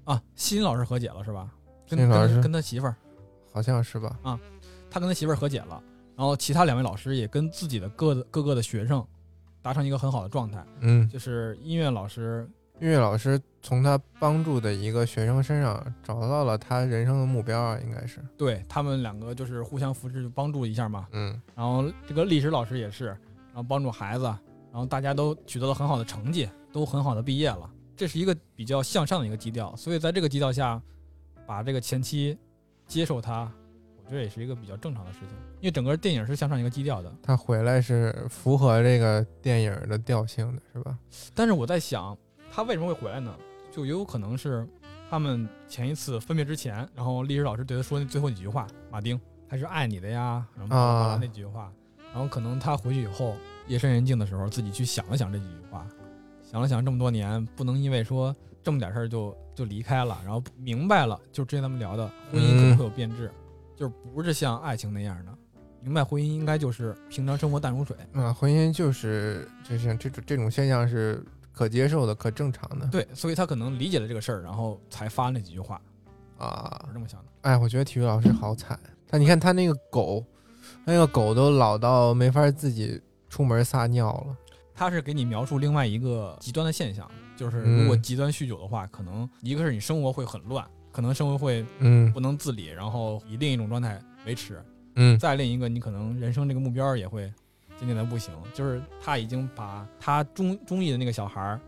啊，西林老师和解了是吧？跟西林跟老师他跟他媳妇儿，好像是吧？他跟他媳妇儿和解了，然后其他两位老师也跟自己的各各个的学生达成一个很好的状态，嗯，就是音乐老师音乐老师从他帮助的一个学生身上找到了他人生的目标啊，应该是。对他们两个就是互相扶持帮助一下嘛，嗯然后这个历史老师也是，然后帮助孩子，然后大家都取得了很好的成绩，都很好的毕业了，这是一个比较向上的一个基调，所以在这个基调下，把这个前妻接受他，我觉得也是一个比较正常的事情，因为整个电影是向上一个基调的，他回来是符合这个电影的调性的，是吧？但是我在想，他为什么会回来呢？就也有可能是他们前一次分别之前，然后历史老师对他说那最后那几句话，马丁还是爱你的呀，然后巴拉巴拉啊那几句话，然后可能他回去以后夜深人静的时候，自己去想了想这几句话，想了想这么多年，不能因为说这么点事儿就就离开了，然后明白了，就之前咱们聊的，婚姻可能会有变质，就是不是像爱情那样的。明白婚姻应该就是平常生活淡如水，啊，婚姻就是这像这种这种现象是可接受的、可正常的对，所以他可能理解了这个事儿，然后才发那几句话，我啊是。这么想的。哎，我觉得体育老师好惨，他你看他那个狗，那个狗都老到没法自己出门撒尿了。它是给你描述另外一个极端的现象，就是如果嗯极端酗酒的话，可能一个是你生活会很乱，可能生活会嗯不能自理，然后以另一种状态维持；嗯再另一个，你可能人生这个目标也会渐渐的不行。就是他已经把他中中意的那个小孩儿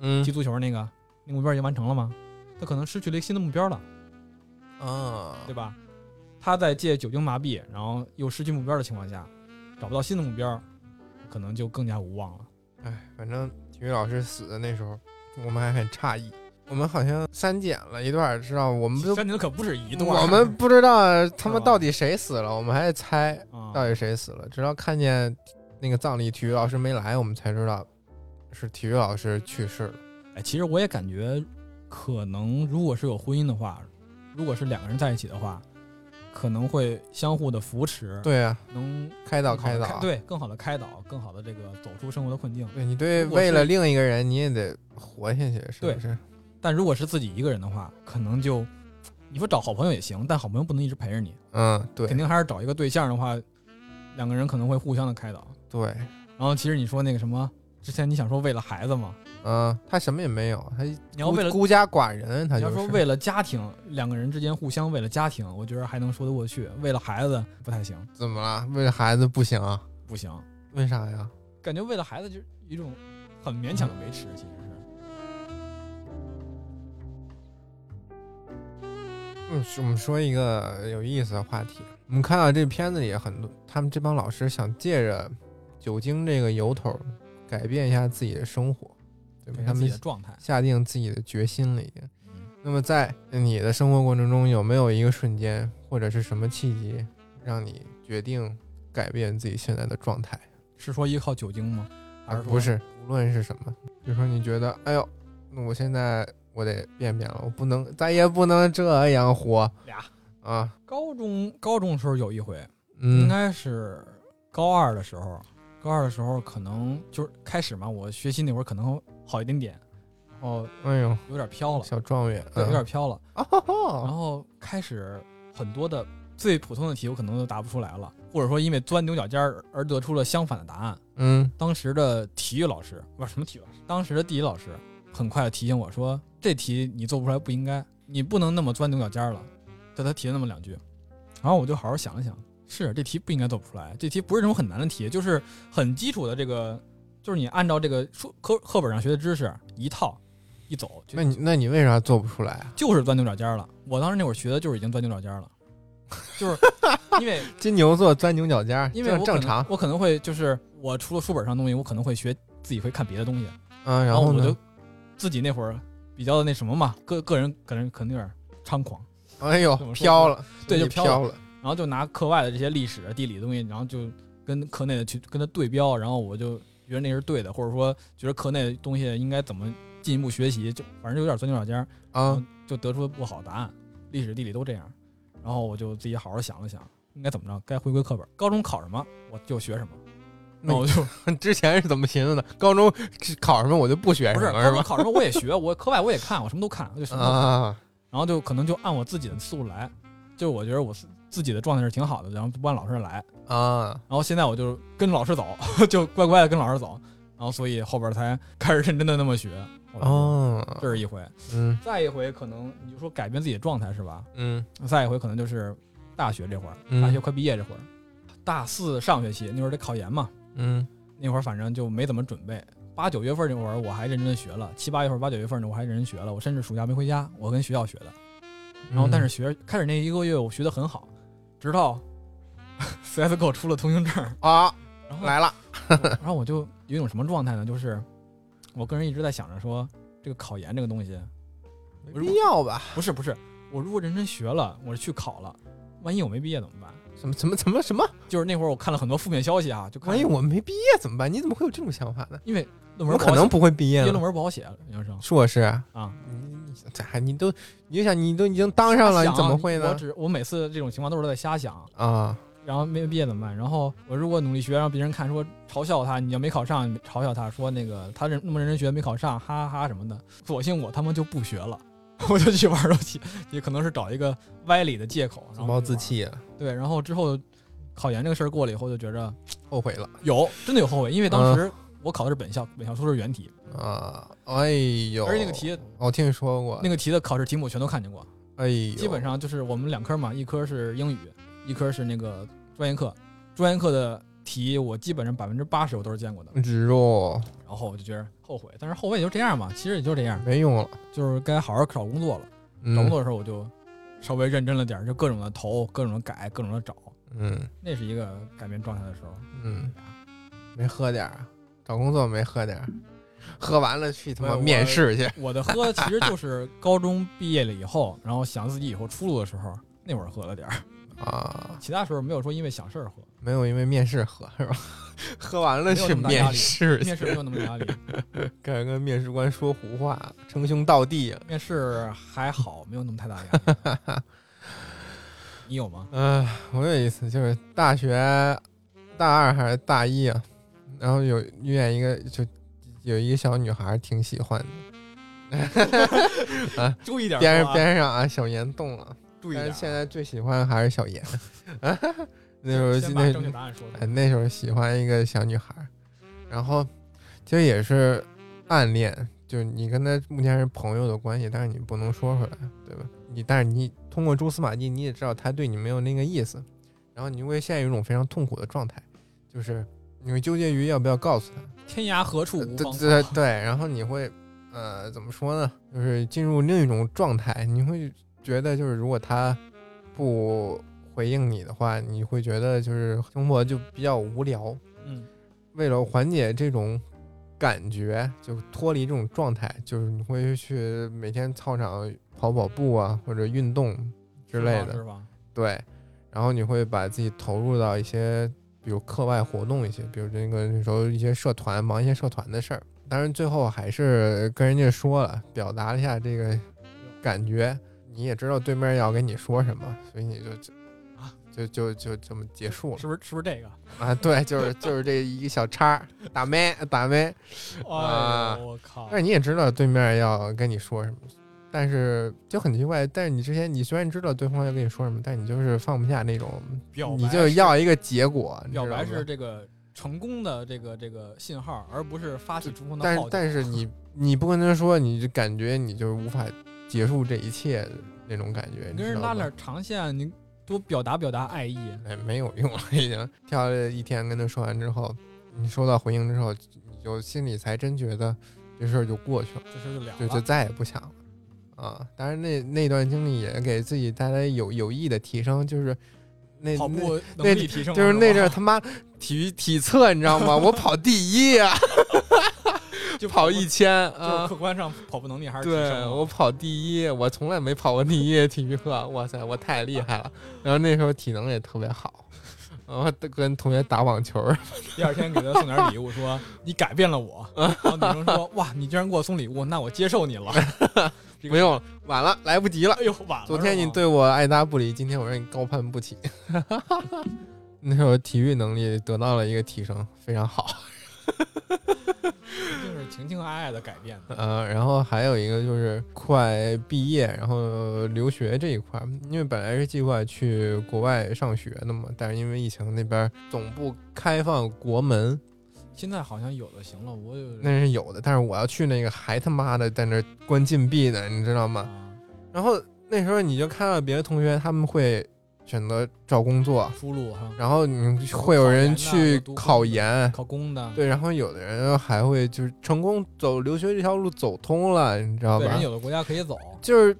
嗯踢足球那个那个目标已经完成了吗？他可能失去了一个新的目标了，啊，对吧？他在借酒精麻痹，然后又失去目标的情况下，找不到新的目标，可能就更加无望了。哎，反正体育老师死的那时候，我们还很诧异，我们好像删减了一段儿，知道我们都删减的可不止一段儿，我们不知道他是们吧到底谁死了，我们还猜啊到底谁死了，直到看见那个葬礼体育老师没来，我们才知道是体育老师去世了。哎，其实我也感觉，可能如果是有婚姻的话，如果是两个人在一起的话，可能会相互的扶持，，对啊，能开导更好开地导。对，更好的开导，更好的这个走出生活的困境。对，你对如果是为了另一个人，你也得活下去，是对不是？但如果是自己一个人的话，可能就你说找好朋友也行，但好朋友不能一直陪着你，嗯，对肯定还是找一个对象的话，两个人可能会互相的开导。对，然后其实你说那个什么，之前你想说为了孩子嘛，嗯，他什么也没有，他你要为了孤孤家寡人，他你就要是说为了家庭，两个人之间互相为了家庭，我觉得还能说得过去。为了孩子不太行，怎么了？为了孩子不行啊？不行。为啥呀？感觉为了孩子就是一种很勉强的维持，其实是。嗯，我们说一个有意思的话题。我们看到这片子里很多，他们这帮老师想借着酒精这个由头，改变一下自己的生活，对吧？他自己们的状态，下定自己的决心了，已经。嗯，那么在你的生活过程中，有没有一个瞬间或者是什么契机，让你决定改变自己现在的状态？是说依靠酒精吗？还而是说不是，无论是什么，比如说你觉得，哎呦，那我现在我得变变了，我不能，咱也不能这样活俩啊。高中高中的时候有一回，应嗯该是高二的时候，高二的时候可能就是开始嘛，我学习那会儿可能好一点点，然后哎呦，有点飘了，小状元，对，有点嗯飘了，啊哈然哈，后开始很多的最普通的题我可能都答不出来了，或者说因为钻牛角尖儿而得出了相反的答案。嗯当时的体育老师不是什么体育老师，当时的地理老师很快的提醒我说，这题你做不出来不应该，你不能那么钻牛角尖儿了。就他提了那么两句，然后我就好好想了想，是这题不应该做不出来，这题不是什么很难的题，就是很基础的这个，就是你按照这个书课课本上学的知识一套一走，就那你那你为啥做不出来啊？就是钻牛角尖儿了。我当时那会儿学的就是已经钻牛角尖儿了， 就是因为金牛座钻牛角尖儿，因为这我可正能常。我可能会就是我除了书本上的东西，我可能会学自己会看别的东西，嗯，然后哦我呢就？自己那会儿比较的那什么嘛，个个人可能可能有点猖狂，哎呦，怎么说飘了，对就你飘飘了了。然后就拿课外的这些历史、啊地理的东西，然后就跟课内的去跟他对标，然后我就觉得那是对的，或者说觉得课内的东西应该怎么进一步学习，就反正就有点钻牛角尖儿，啊，就得出了不好的答案，历史、地理都这样。然后我就自己好好想了想，应该怎么着，该回归课本。高中考什么我就学什么，那那你我就 之前是怎么寻思的？高中考什么我就不学不什是么高中吧？考什么我也学，我课外我也看，我什么都看，我就什么都看。啊，然后就可能就按我自己的思路来，就是我觉得我自自己的状态是挺好的，然后不按老师的来。啊，然后现在我就跟老师走， 就乖乖的跟老师走，然后所以后边才开始认真的那么学。，哦，这是一回，嗯再一回可能你就说改变自己的状态是吧？嗯再一回可能就是大学这会儿，嗯大学快毕业这会儿，大四上学期那会儿得考研嘛，嗯那会儿反正就没怎么准备。八九月份那会儿我还认真的学了，七八月份、八九月份呢我还认真学了，我甚至暑假没回家，我跟学校学的。然后但嗯是学开始那一个月我学的很好，直到 CSGO 出了通行证，啊然后来了， 然后我就有一种什么状态呢？就是我个人一直在想着说，这个考研这个东西，没必要吧？不是不是，我如果认真学了，我去考了，万一我没毕业怎么办？什么什么什么什么？就是那会儿我看了很多负面消息啊，就看万一我没毕业怎么办？你怎么会有这种想法呢？因为论我文可能不不会毕业好写因呢为论。文不好写，研究生硕士，啊，你你这还你都，你就想你都已经当上了，瞎你想啊怎么会我呢？只我每次这种情况都是在瞎想，啊，然后没毕业怎么办？然后我如果努力学，让别人看说嘲笑他，你要没考上，嘲笑他说那个他认那么认真学没考上，哈哈哈什么的。索性我他妈就不学了， 我就去玩儿游戏，也可能是找一个歪理的借口，然自后暴去自玩。弃，对，然后之后考研这个事儿过了以后，就觉着后悔了有真的有后悔，因为当嗯时我考的是本校，本校出的是原题，啊！哎呦，哦而且那个题我听你说过，那个题的考试题目全都看见过，哎呦，基本上就是我们两科嘛，一科是英语，一科是那个专业课，专业课的题我基本上百分之八十我都是见过的。植入然后我就觉得后悔，但是后悔也就这样嘛，其实也就这样，没用了，就是该好好找工作了。嗯找工作的时候我就稍微认真了点儿，就各种的投，各种的改，各种的找，嗯那是一个改变状态的时候。嗯，没喝点儿啊，找工作没喝点儿，喝完了去他哎妈我面试去，我的喝其实就是高中毕业了以后，然后想自己以后出路的时候，那会儿喝了点儿，啊，其他时候没有说因为想事儿喝，没有因为面试喝是吧？ 喝完了没去有那么大压面力试面试没去，有那么大压力，感觉跟面试官说胡话，称兄道弟啊，面试还好，没有那么太大压力。 你有吗？嗯，我有一次就是大学大二还是大一啊，然后有遇见一个就有一个小女孩儿挺喜欢的， 注意点儿边说啊边上啊小严动了，注意但点是儿啊。现在最喜欢的还是小严， 啊，那时候先就把那正确答案说出哎来。那时候喜欢一个小女孩儿，然后其实也是暗恋，就是你跟她目前是朋友的关系，但是你不能说出来，对吧？你但是你通过蛛丝马迹，你也知道她对你没有那个意思，然后你会陷入一种非常痛苦的状态，就是你会纠结于要不要告诉她，天涯何处呃无芳对对 草。对，然后你会呃怎么说呢？就是进入另一种状态，你会觉得就是如果她不回应你的话，你会觉得就是生活就比较无聊。嗯，为了缓解这种感觉，就脱离这种状态，就是你会去每天操场跑跑步啊，或者运动之类是的，吧？对。然后你会把自己投入到一些，比如课外活动一些，比如这个那时候一些社团，忙一些社团的事儿，当然最后还是跟人家说了，表达了一下这个感觉，你也知道对面要跟你说什么，所以你就就啊就就就这么结束了是不是是不是这 个？哎啊！对，就是就是这一个小叉儿打咩打咩，啊哎呦，我靠！但是你也知道对面要跟你说什么，但是就很奇怪，但是你之前你虽然知道对方要跟你说什么，但你就是放不下那种，表白你就是要一个结果，你知表白道吗是这个成功的这个这个信号，而不是发起冲锋的但号是角。但是 你你不跟他说，你就感觉你就无法结束这一切的那种感觉。你跟人拉点点长线，你多表达表达爱意。哎，没有用了，已经跳了一天跟他说完之后，你收到回应之后，你就心里才真觉得这事儿就过去了，这事儿就了就就了。再也不想了啊。当然那那段经历也给自己带来有有益的提升，就是那跑那步能那力提升了，就是那阵儿吧他妈体育体测你知道吗？我跑第一 啊，就跑步一，千就是啊。客观上跑步能力还是提升对了。我跑第一，我从来没跑过第一体育课，哇塞，我太厉害了。然后那时候体能也特别好，然后跟同学打网球儿， 第二天给他送点礼物，说你改变了我。嗯然后女生说哇，你居然给我送礼物，那我接受你了。这个没有，晚了，来不及了。 哎呦，晚了。哎昨天你是吗对我爱答不理，今天我让你高攀不起。 那时候体育能力得到了一个提升，非常好。就是情情爱爱的改变的。呃，然后还有一个就是快毕业，然后留学这一块儿，因为本来是计划去国外上学的嘛，但是因为疫情那边儿总部开放国门，现在好像有的行了，我有那是有的，但是我要去那个还他妈的在那儿关禁闭呢，你知道吗？啊然后那时候你就看到别的同学他们会选择找工作，出路哈，然后嗯你会有人去考研，考公的，对，然后有的人还会就是成功走留学这条路走通了，你知道对，吧人？有的国家可以走。就是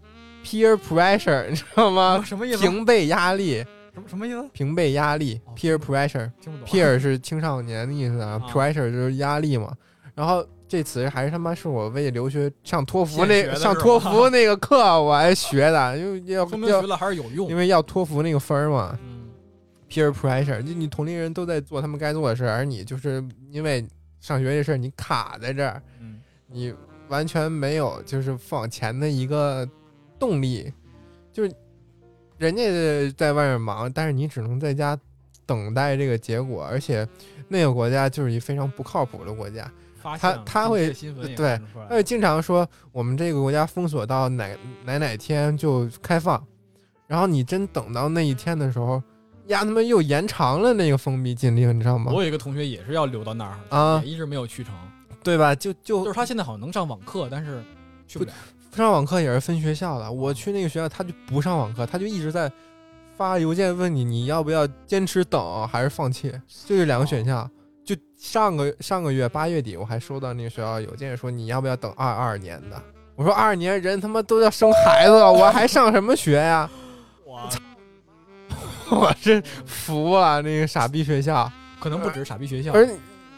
peer pressure，你知道吗？ 什么意思？ 平辈压力，什么什么意思？平辈压力哦，peer pressure，peer 听不懂。是青少年的意思啊啊，pressure 就是压力嘛。然后这词还是他妈是我为留学上托福现学那的上是吧托福那个课我还学的，因为要说明要学了还是有用因。为要托福那个分儿嘛。嗯， peer pressure，就你同龄人都在做他们该做的事儿，而你就是因为上学这事儿你卡在这儿，嗯，你完全没有就是往前的一个动力，就是人家在外面忙，但是你只能在家等待这个结果，而且那个国家就是一非常不靠谱的国家，发他现了他这会些新闻也对哎看出来他就经常说我们这个国家封锁到哪哪哪天就开放，然后你真等到那一天的时候，呀他妈又延长了那个封闭禁令，你知道吗我？有一个同学也是要留到那儿，啊，也一直没有去成。哎对吧？就就就是他现在好像能上网课，但是去不了。上网课也是分学校的，哦我去那个学校他就不上网课，他就一直在发邮件问你你要不要坚持等还是放弃，就这两个选哦项。就上个上个月八月底，我还收到那个学校邮件说你要不要等二二年的。我说二二年人他妈都要生孩 子了，我还上什么学呀？哇，我真服了那个傻逼学校，可能不止傻逼学校，而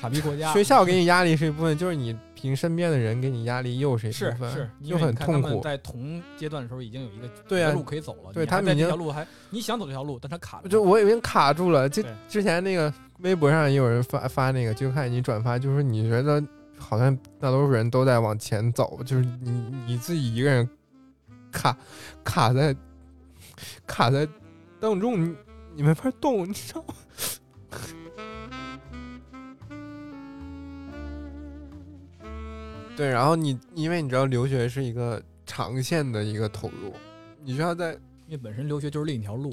傻逼国家。学校给你压力是一部分，就是你凭身边的人给你压力又是一是部分，是，因又为很你看他痛们苦。在同阶段的时候已经有一个对啊一个路可以走了，对你还他们在已这经条路还你想走这条路，但他卡了。就我已经卡住了。就对之前那个微博上也有人发发那个，就看你转发，就是你觉得好像大多数人都在往前走，就是你你自己一个人卡卡在卡在当中，你你没法动，你知道吗？ 对，然后你因为你知道留学是一个长线的一个投入，你需要在因为本身留学就是另一条路，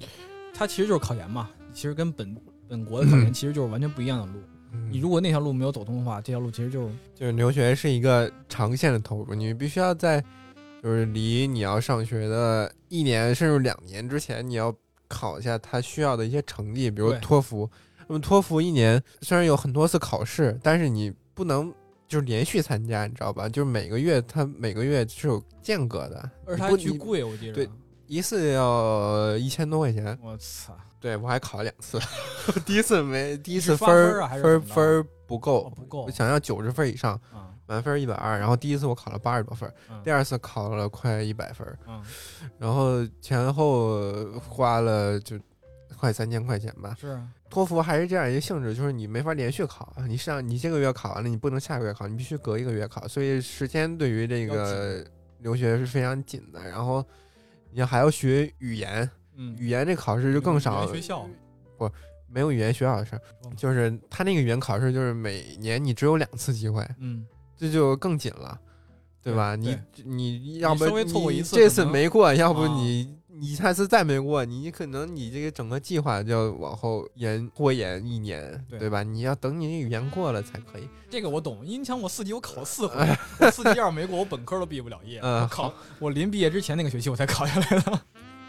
它其实就是考研嘛，其实跟本本国的考嗯研其实就是完全不一样的路。你如果那条路没有走通的话，这条路其实就是就是留学是一个长线的投入，你必须要在就是离你要上学的一年甚至两年之前，你要考一下他需要的一些成绩，比如对托福。那么托福一年虽然有很多次考试，但是你不能就是连续参加，你知道吧？就是每个月它每个月是有间隔的，而你且它不还巨你贵，我记着。对一次要一千多块钱。我操，对我还考了两次， 第一次没第一次是刷分分儿儿啊还是分儿怎么着分儿不哦够，不够我想要九十分以上。啊！满分一百二，然后第一次我考了八十多分儿，嗯第二次考了快一百分儿，嗯，然后前后花了就快三千块钱吧。是啊托福还是这样一个性质，就是你没法连续考，啊你上你这个月考完了，你不能下个月考，你必须隔一个月考，所以时间对于这个留学是非常紧的。然后你还要学语言，嗯，语言这考试就更少，学校嗯没有语言学校的事儿，就是他那个语言考试就是每年你只有两次机会，嗯，这就更紧了，对吧？对你你要不稍微错过你一次这可次能没过，要不啊你、你下次再没过，你可能你这个整个计划就要往后延拖延一年，对对吧？你要等你语言过了才可以。这个我懂，因为你想我四级我考四回，我四级要是没过，我本科都毕不了业。哎嗯我考我临毕业之前那个学期我才考下来的。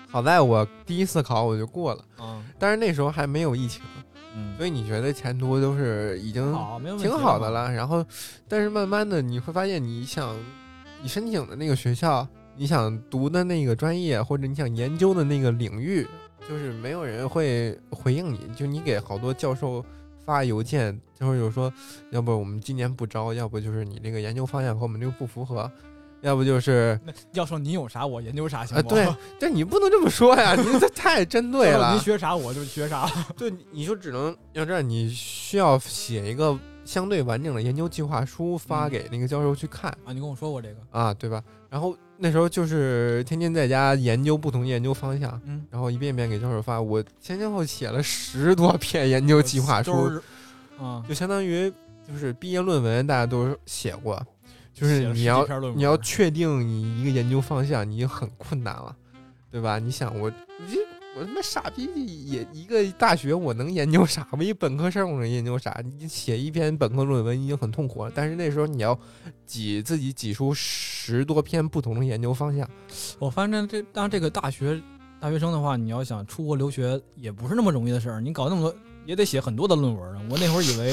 好在我第一次考我就过了，啊，但是那时候还没有疫情，嗯，所以你觉得前途都是已经好，没有问嗯题。挺好的。了。然后，但是慢慢的你会发现，你想你申请的那个学校，你想读的那个专业，或者你想研究的那个领域，就是没有人会回应你。就你给好多教授发邮件，就是有说，要不我们今年不招，要不就是你这个研究方向和我们这个不符合，要不就是那要说你有啥我研究啥行啊，吗？对，但你不能这么说呀，你这太针 对教授了您。学啥我就学啥。对，你你就只能要这样，你需要写一个相对完整的研究计划书发嗯给那个教授去看、啊，你跟我说过这个，啊，对吧？然后那时候就是天天在家研究不同研究方向，嗯，然后一遍遍给教授发。我前前后后写了十多篇研究计划 都书，是啊，就相当于就是毕业论文，大家都写过，就是写了你十要几篇论文你要确定你一个研究方向，你已经很困难了，对吧？你想我，你这我他妈傻逼也一个大学，我能研究啥？我一本科生我能研究啥？你写一篇本科论文已经很痛苦了，但是那时候你要挤自己挤出十多篇不同的研究方向，我发现这当然这个大学大学生的话，你要想出国留学也不是那么容易的事儿，你搞那么多也得写很多的论文啊。我那会儿以为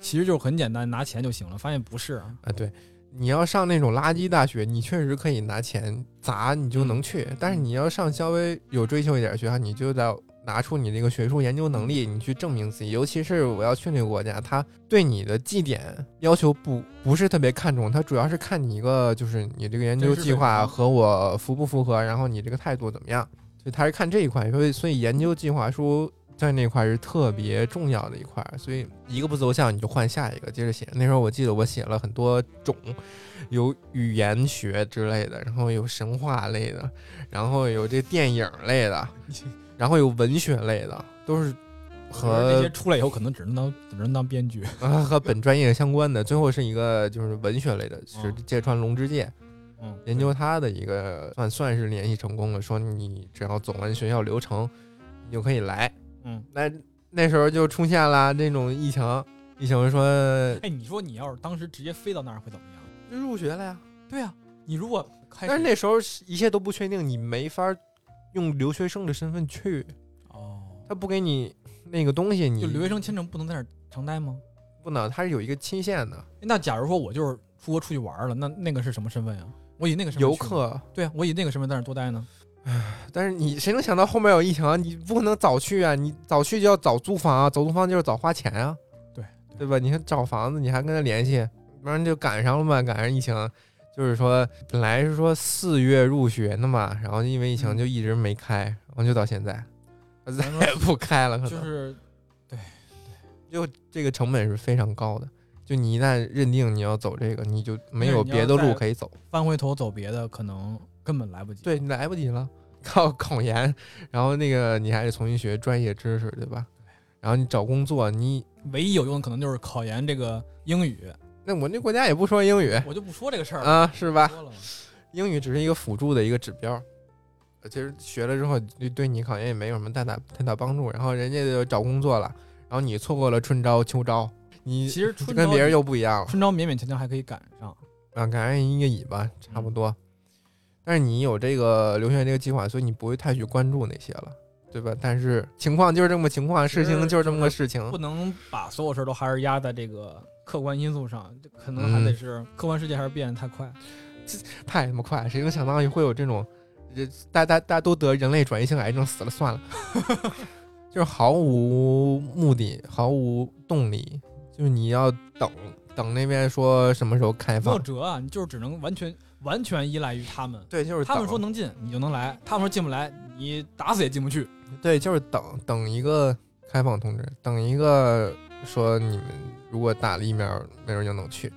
其实就是很简单，拿钱就行了，发现不是啊。啊，对，你要上那种垃圾大学，你确实可以拿钱砸，你就能去。但是你要上稍微有追求一点的学校，你就得拿出你这个学术研究能力，你去证明自己。尤其是我要去那个国家，他对你的绩点要求不不是特别看重，他主要是看你一个就是你这个研真究实计本划身和我符不符合，然后你这个态度怎么样，所以他是看这一块。所以所以研究计划书。在那块是特别重要的一块，所以一个不奏效你就换下一个，接着写。那时候我记得我写了很多种，有语言学之类的，然后有神话类的，然后有这电影类的，然后有文学类的，都是就是这和些出来以后可能只能当只能当编剧。 啊和本专业相关的。最后是一个就是文学类的，是啊芥川龙之介嗯，研究他的一个算算是联系成功了，说你只要走完学校流程，你就可以来。嗯，那那时候就出现了这种疫情，疫情说哎，你说你要是当时直接飞到那儿会怎么样？就入学了呀。对啊，你如果开始但是那时候是一切都不确定，你没法用留学生的身份去，哦，他不给你那个东西，你就留学生签证不能在那儿常待吗？不能，他是有一个期限的。哎那假如说我就是出国出去玩儿了，那那个是什么身份呀、啊我以那个身份游去吗，客，对啊，我以那个身份在那儿多待 呢。但是你谁能想到后面有疫情啊？你不可能早去啊！你早去就要早租房啊，早租房就是早花钱啊，对对对吧？你看找房子，你还跟他联系，不然就赶上了嘛，赶上疫情。就是说，本来是说四月入学的嘛，然后因为疫情嗯就一直没开，然后就到现在，再 咱也 不开了，可能就是就这个成本是非常高的。就你一旦认定你要走这个，你就没有对你要别的路在可以走， 翻回头走别的，可能根本来不及。对，你来不及了。靠 考研，然后那个你还得重新学专业知识，对吧？然后你找工作，你唯一有用的可能就是考研这个英语，那我那国家也不说英语我就不说这个事儿了。啊，是吧？说了嘛英语只是一个辅助的一个指标，呃其实学了之后对对你考研也没有什么太大太大帮助。然后人家就找工作了，然后你错过了春招秋招，你其实春跟招别人又不一样了。春招勉勉强强还可以赶上，啊，感染一个尾巴差嗯不多。但是你有这个留学这个计划，所以你不会太去关注那些了，对吧？但是情况就是这么个情况，其实事情就是这么个事情不。能把所有事儿都还是压在这个客观因素上，这可能还得是客观世界还是变得太快。太他妈快了，谁能想到会有这种，这大大大家都得人类转移性癌症死了算了， 就是毫无目的，毫无动力，就是你要等等那边说什么时候开没放有，辙啊，你就是只能完全完全依赖于他们。对，就是他们等说能进，你就能来；他们说进不来，你打死也进不去。对，就是等等一个开放通知，等一个说你们如果打了疫苗，没准就能去，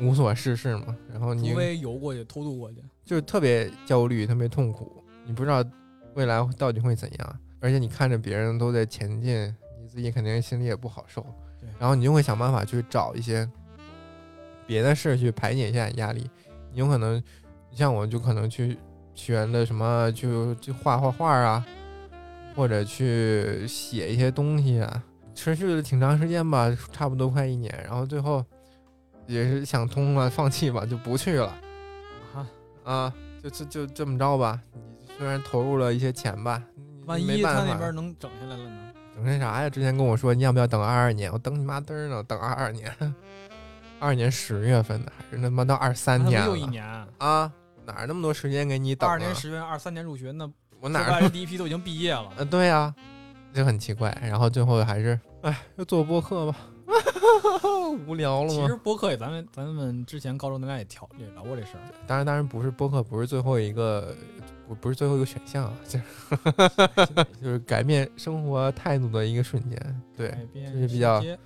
无所事事嘛。然后你除非游过去、偷渡过去。就是特别焦虑，特别痛苦，你不知道未来到底会怎样，而且你看着别人都在前进，你自己肯定心里也不好受对，然后你就会想办法去找一些别的事儿去排解一下压力。你有可能像我，就可能去学了什么，去去画画画啊，或者去写一些东西啊，持续了挺长时间吧，差不多快一年，然后最后也是想通了，放弃吧，就不去了。啊，啊，就就就这么着吧。你虽然投入了一些钱吧，万没一办他那法边能整下来了呢？整成啥呀？之前跟我说你要不要等二二年，我等你妈嘚儿呢，等二二年，二二年十月份的，还是他妈到二三那不年又了一年，啊？哪儿那么多时间给你等、二啊？二年十月、二三年入学，那我哪说儿白了第一批都已经毕 业了。呃，对呀、就很奇怪。然后最后还是，哎，就做播客吧， 无聊了其实吗？播客也，咱们咱们之前高中咱俩也聊也聊过这事儿。当然，当然不是播客，不是最后一个，不不是最后一个选项啊， 就是 就是改变生活态度的一个瞬间，对，改变这是比较世界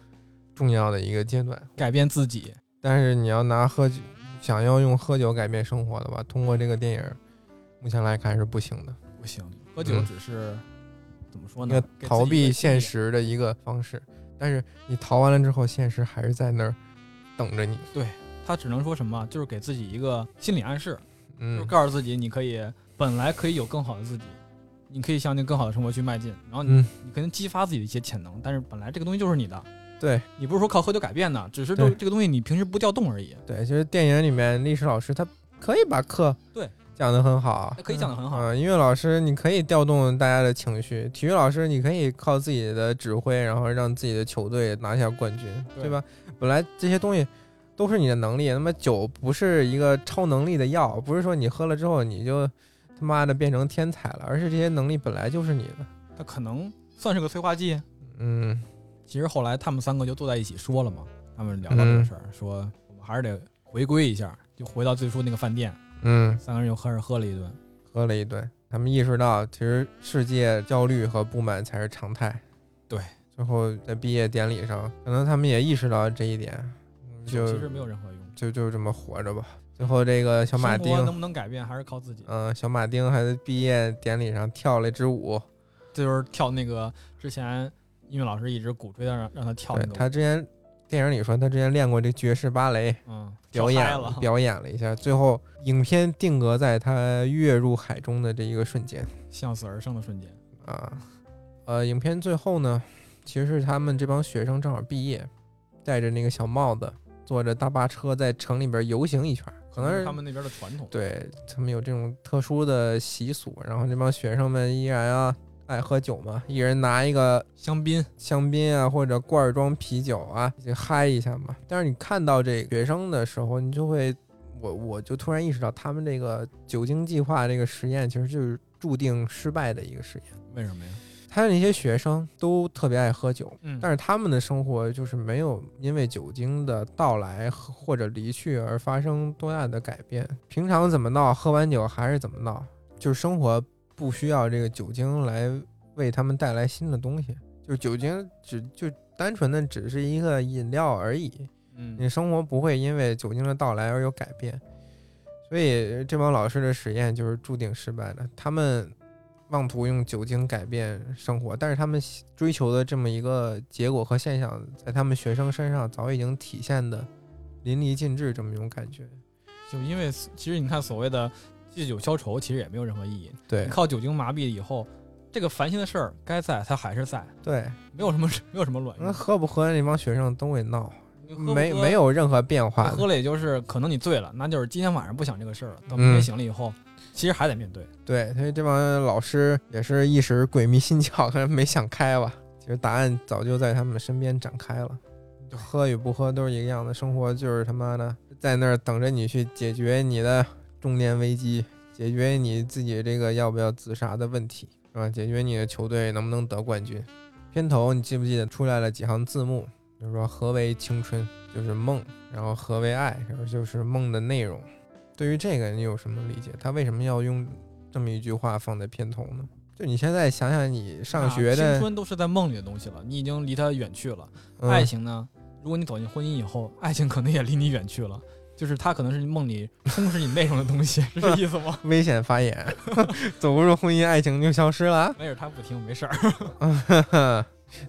重要的一个阶段。改变自己，但是你要拿喝酒，想要用喝酒改变生活的话，通过这个电影，目前来看是不行的，不行，喝酒嗯只是、怎么说一呢个？逃避现实。实的一个方式。但是你逃完了之后，现实还是在那儿等着你。他只能说什么，就是给自己一个心理暗示，就是嗯，告诉自己，你可以本来可以有更好的自己，你可以向那更好的生活去迈进。然后你、嗯你可能激发自己的一些潜能，但是本来这个东西就是你的，对你不是说靠喝酒改变的，只是这对这个东西你平时不调动而已。对，就是电影里面历史老师他可以把课对讲得很好，可以讲得很好嗯，音乐老师你可以调动大家的情绪，体育老师你可以靠自己的指挥，然后让自己的球队拿下冠军，对对吧？本来这些东西都是你的能力，那么酒不是一个超能力的药，不是说你喝了之后你就他妈的变成天才了，而是这些能力本来就是你的。它可能算是个催化剂。嗯，其实后来他们三个就坐在一起说了嘛，他们聊到嗯这个事儿，说我们还是得回归一下，就回到最初那个饭店，嗯，三个人又开始喝了一顿。喝了一顿，他们意识到其实世界焦虑和不满才是常态。对，最后在毕业典礼上，可能他们也意识到这一点，嗯酒就其实没有任何用，就就这么活着吧。最后这个小马生活丁，能不能改变还是靠自己。嗯、小马丁还在毕业典礼上跳了一支舞。这就是跳那个之前音乐老师一直鼓吹他让让他跳对那个舞，他之前电影里说，他之前练过这爵士芭蕾，嗯表跳嗨演了，表演了一下。最后影片定格在他跃入海中的这一个瞬间向死而生的瞬间，啊。呃，影片最后呢，其实是他们这帮学生正好毕业，戴着那个小帽子，坐着大巴车在城里边游行一圈儿，可能是是他们那边的传统。对他们有这种特殊的习俗，然后这帮学生们依然啊爱喝酒嘛，一人拿一个香槟香槟啊或者罐儿装啤酒啊，就嗨一下嘛。但是你看到这个学生的时候，你就会，我我就突然意识到，他们这个酒精计划这个实验其实就是注定失败的一个实验。为什么呀？他的那些学生都特别爱喝酒，嗯但是他们的生活就是没有因为酒精的到来和或者离去而发生多大的改变。平常怎么闹，喝完酒还是怎么闹，就是生活不需要这个酒精来为他们带来新的东西。就是酒精只就单纯的只是一个饮料而已，你嗯，生活不会因为酒精的到来而有改变。所以这帮老师的实验就是注定失败的。他们妄图用酒精改变生活，但是他们喜追求的这么一个结果和现象，在他们学生身上早已经体现的淋漓尽致，这么一种感觉。就因为其实你看所谓的借酒消愁，其实也没有任何意义。对你靠酒精麻痹以后，这个烦心的事儿该在它还是在，对，没有什么没有什么卵那用。喝不喝那帮学生都会闹，你喝不嗯没喝没有任何变你化的。喝了，也就是可能你醉了，那就是今天晚上不想这个事儿了。等嗯明天醒了以后，其实还得面对。对，所以这帮老师也是一时鬼迷心窍，可能没想开吧。其实答案早就在他们身边展开了，就喝与不喝都是一个样的，生活就是他妈的在那儿等着你去解决你的中年危机，解决你自己这个要不要自杀的问题，是吧？解决你的球队能不能得冠军。片头你记不记得出来了几行字幕，就是说何为青春，就是梦，然后何为爱，然后就是梦的内容。对于这个你有什么理解？他为什么要用这么一句话放在片头呢？就你现在想想，你上学啊青的、春都是在梦里的东西了，你已经离它远去了。嗯爱情呢，如果你走进婚姻以后，爱情可能也离你远去了，就是它可能是你梦里充斥你内容的东西，是这意思吗？ 危险发言， 走不入婚姻，爱情就消失了。 没事，他不听，没事儿。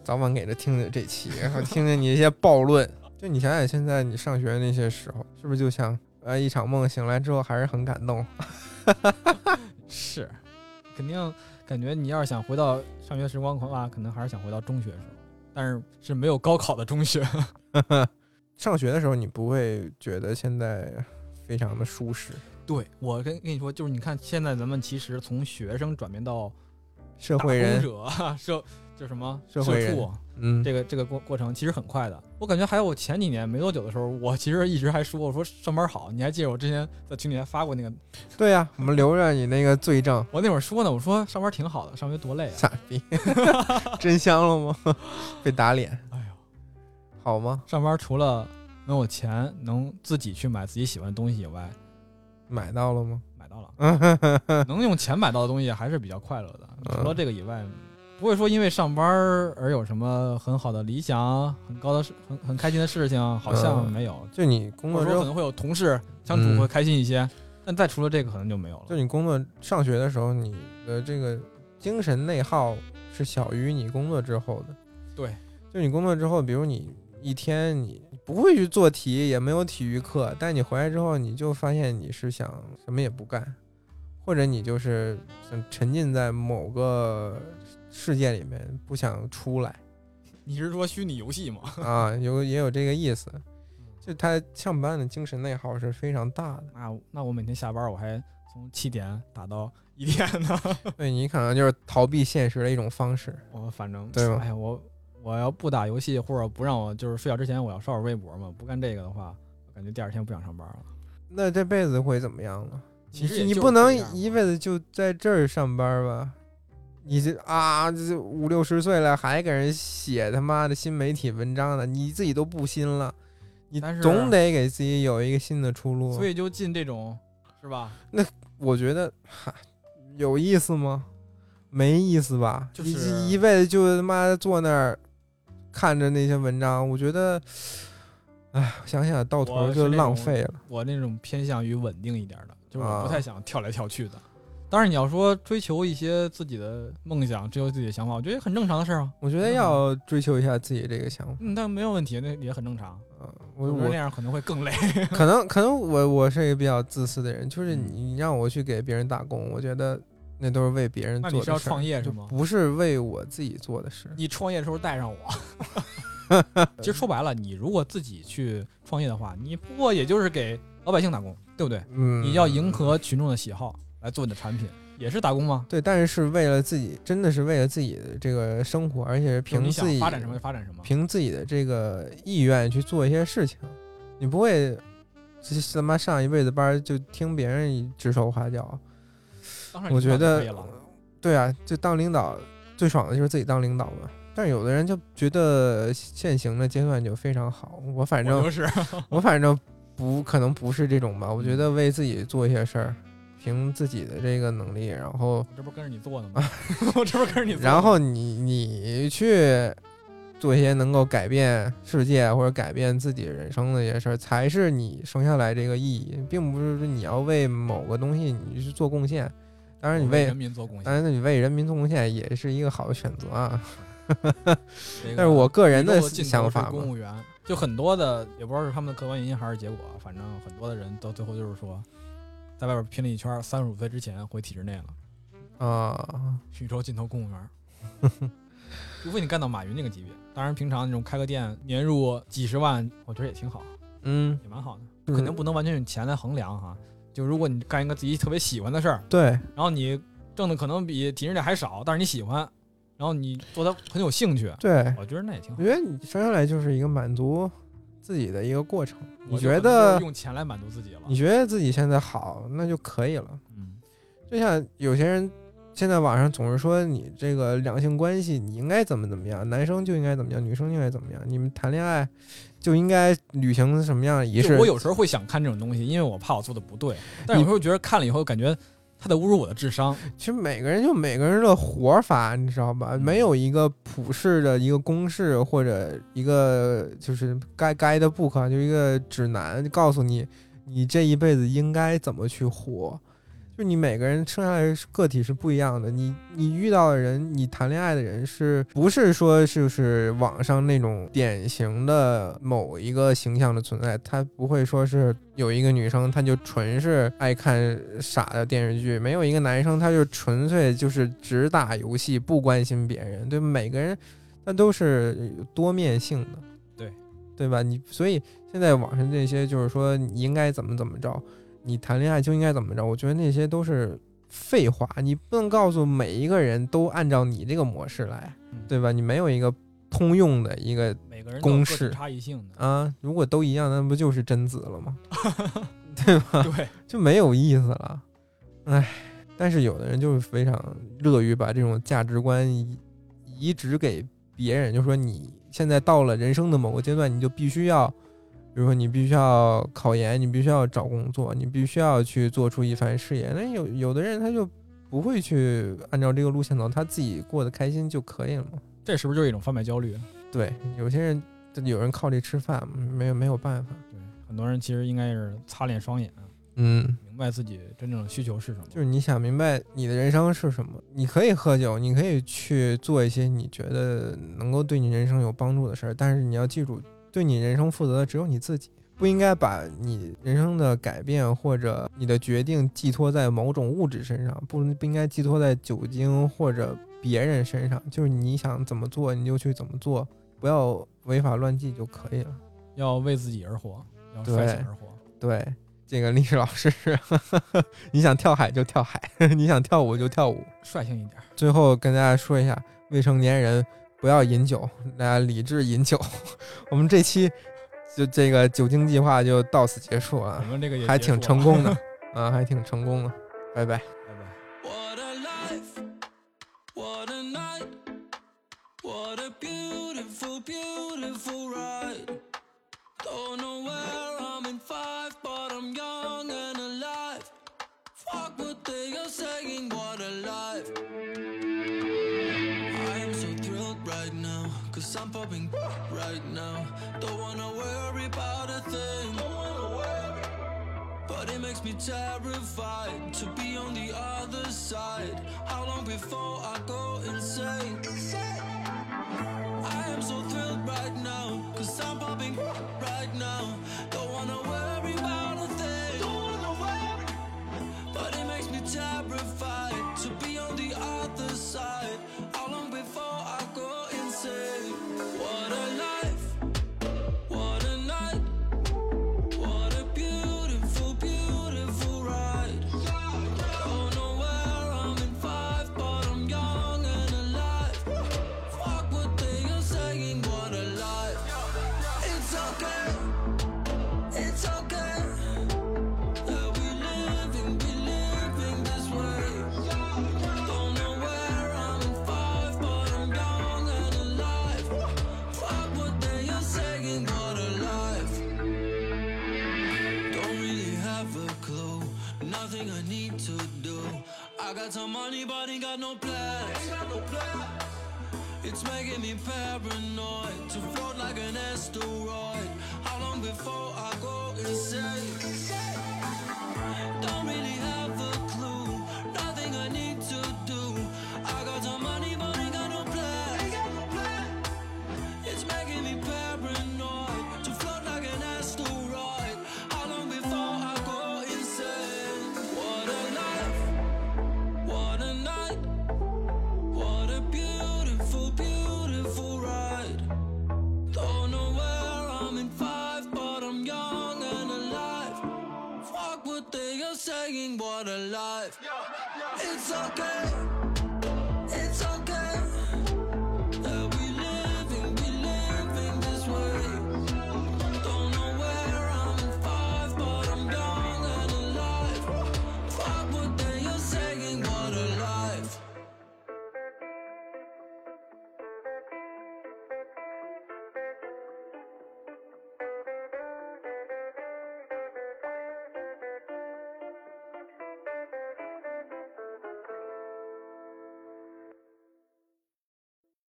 早晚给他听听这期，然后听听你一些暴论。就你想想，现在你上学那些时候，是不是就像呃一场梦，醒来之后还是很感动？是，肯定感觉你要是想回到上学时光的话，可能还是想回到中学时候，但是是没有高考的中学。 上学的时候，你不会觉得现在非常的舒适，对我跟跟你说，就是你看现在咱们其实从学生转变到社打会工 人，者啊社就什么社会社人畜嗯，这个这个过过程其实很快的。我感觉还有我前几年没多久的时候，我其实一直还说我说上班好，你还记得我之前在群里还发过那个，对呀、我们留着你那个罪证，我那会儿说呢，我说上班挺好的，上学多累啊。傻逼，真香了吗？ 被打脸，哎呦，好吗？上班除了能有钱，能自己去买自己喜欢的东西以外，买到了吗？买到了， 能用钱买到的东西还是比较快乐的。除了这个以外，不会说因为上班儿而有什么很好的理想、很高的事、很很开心的事情，好像嗯没有。就你工或作者之说可后，能会有同事相处嗯会开心一些，但再除了这个可能就没有就了。你工作上学的时候，你的这个精神内耗是小于你工作之后的。对，就你工作之后，比如你一天你不会去做题，也没有体育课，但你回来之后，你就发现你是想什么也不干，或者你就是想沉浸在某个世界里面，不想出来。你是说虚拟游戏吗？啊，有也有这个意思。就他上班的精神内耗是非常大的， 那那我每天下班我还从七点打到一点呢。 对你可能就是逃避现实的一种方式。我反正对吧哎呀，我我要不打游戏或者不让我就是睡觉之前我要刷会儿微博嘛，不干这个的话，我感觉第二天不想上班了。那那这辈子会怎么样呢？其实也你就是不能这样一辈子就在这儿上班吧？你这啊，这五六十岁了还给人写他妈的新媒体文章呢，你自己都不新了，你但是总得给自己有一个新的出路。所以就进这种是吧？我觉得哈有意思吗？没意思吧？就你这是一辈子就他妈坐那儿看着那些文章，我觉得，哎，想想到头我儿是就那浪种费了。我那种偏向于稳定一点的，就是我啊不太想跳来跳去的。当然，你要说追求一些自己的梦想，追求自己的想法，我觉得也很正常的事儿啊。我觉得嗯要追求一下自己这个想法。嗯，但没有问题，那也很正常。嗯我有人那我样可能会 更累。可能可能我我是一个比较自私的人，就是嗯你让我去给别人打工，我觉得那都是为别人那做的你是事要儿，创业是就吗不是为我自己做的事。你创业的时候带上我。 其实说白了，你如果自己去创业的话，你不过也就是给老百姓打工，对不对？嗯，你要迎合群众的喜好来做你的产品，也是打工吗？对，但是是为了自己，真的是为了自己的这个生活，而且是就是凭你自己想发展什么就发展什么。凭自己的这个意愿去做一些事情，你不会这他妈上一辈子班儿就听别人指手画脚。当然，我觉得可以了。对啊，就当领导最爽的就是自己当领导嘛。但是有的人就觉得现行的阶段就非常好，我反我正就是 我反正不可能不是这种吧。我嗯觉得为自己做一些事儿，凭自己的这个能力，然后这不是跟着你做的吗？ 我这不是跟着 你做的吗。然后你你去做一些能够改变世界或者改变自己人生的一些事儿，才是你生下来这个意义，并不是说你要为某个东西你去做贡献。当然，你我为为嗯人民做贡当献，然你为人民做贡献也是一个好的选择啊。这个但是我个人的宇宙尽头想法是嘛公，务员就很多的，也不知道是他们的客观原因还是结果，反正很多的人到最后就是说，在外边拼了一圈，三十五岁之前回体制内了，啊，宇宙尽头公 务员。除非你干到马云那个级别，当然平常那种开个店年入几十万，我觉得也挺好，嗯，也蛮好的。嗯肯定不能完全用钱来衡量哈。就如果你干一个自己特别喜欢的事儿，对，然后你挣的可能比体制内还少，但是你喜欢，然后你做它很有兴趣，对，我觉得那也挺好我。觉得你生下来就是一个满足自己的一个过程。你我就觉可能就得是用钱来满足自己了？你觉得自己现在好，那就可以了。嗯，就像有些人现在网上总是说你这个两性关系你应该怎么怎么样，男生就应该怎么样，女生就应该怎么样，你们谈恋爱就应该履行什么样的仪就式我？有时候会想看这种东西，因为我怕我做的不对，但有时候觉得看了以后感觉他在侮辱我的智商。其实每个人就每个人的活法，你知道吧？没有一个普世的一个公式或者一个就是该该的 book，就一个指南，告诉你你这一辈子应该怎么去活。就你每个人生下来是个体是不一样的，你你遇到的人，你谈恋爱的人是不是说就是网上那种典型的某一个形象的存在？他不会说是有一个女生，她就纯是爱看傻的电视剧；没有一个男生，他就纯粹就是只打游戏，不关心别人。对每个人，他都是多面性的，对对吧？你所以现在网上这些就是说你应该怎么怎么着。你谈恋爱就应该怎么着？我觉得那些都是废话，你不能告诉每一个人都按照你这个模式来，嗯对吧？你没有一个通用的一个每个人都有公各自式差异性的，啊，如果都一样，那不就是贞子了吗？ 对吧？对，就没有意思了，唉。但是有的人就是非常乐于把这种价值观移移植给别人，就说你现在到了人生的某个阶段，你就必须要，比如说你必须要考研，你必须要找工作，你必须要去做出一番事业。那有有的人他就不会去按照这个路线走，他自己过得开心就可以了嘛。 这是不是就是一种贩卖焦虑？啊对，有些人有人靠这吃饭，没有没有办法。对，很多人其实应该是擦亮双啊眼，嗯，明白自己真正的需求是什么。就是你想明白你的人生是什么，你可以喝酒，你可以去做一些你觉得能够对你人生有帮助的事儿，但是你要记住，对你人生负责的只有你自己，不应该把你人生的改变或者你的决定寄托在某种物质身上，不不应该寄托在酒精或者别人身上，就是你想怎么做你就去怎么做，不要违法乱纪就可以了。要为自己而活，要率对性而活。对，这个历史老师， 你想跳海就跳海， 你想跳舞就跳舞。率性一点，最后跟大家说一下，未成年人不要饮酒，大家理智饮酒。 我们这期就这个酒精计划就到此结束我啊，们这个也还嗯结束挺了成功的 啊，还挺成功的，拜拜。 拜拜。 What a life, what a night, what a beautiful, beautiful ride. Don't know where I'm in five, but I'm young and alive. Fuck what they are saying, what a life. I'm so thrilled right now, cause I'm popping right now. Don't wanna worry about a thing. Don't wanna worry. But it makes me terrified to be on the other side. How long before I go insane? I am so thrilled right now, cause I'm popping right now. Don't wanna worry about a thing. Don't wanna worry. But it makes me terrified to be on the other side. How long before I go insane? What a life, what a night. What a beautiful, beautiful ride. Don't know where I'm in five, but I'm young and alive. Fuck what they are saying, what a life. It's okay, it's okay. That we living, we living this way. Don't know where I'm in five, but I'm young and alive. Fuck what they are saying, what a life. Don't really have a clue. Nothing I need to do. I got some money, but ain't got no plans. It's making me paranoid to float like an asteroid. How long before I go insane? Don't really have a clue. Nothing I need to do. I got some money, but ain't got no plans. It's making me paranoid to float like an asteroid. How long before I go insane? What a life, what a night, what a beautiful, beautiful ride. Don't know where I'm in five, but I'm young and alive. Fuck what they are saying, what a life. It's okay,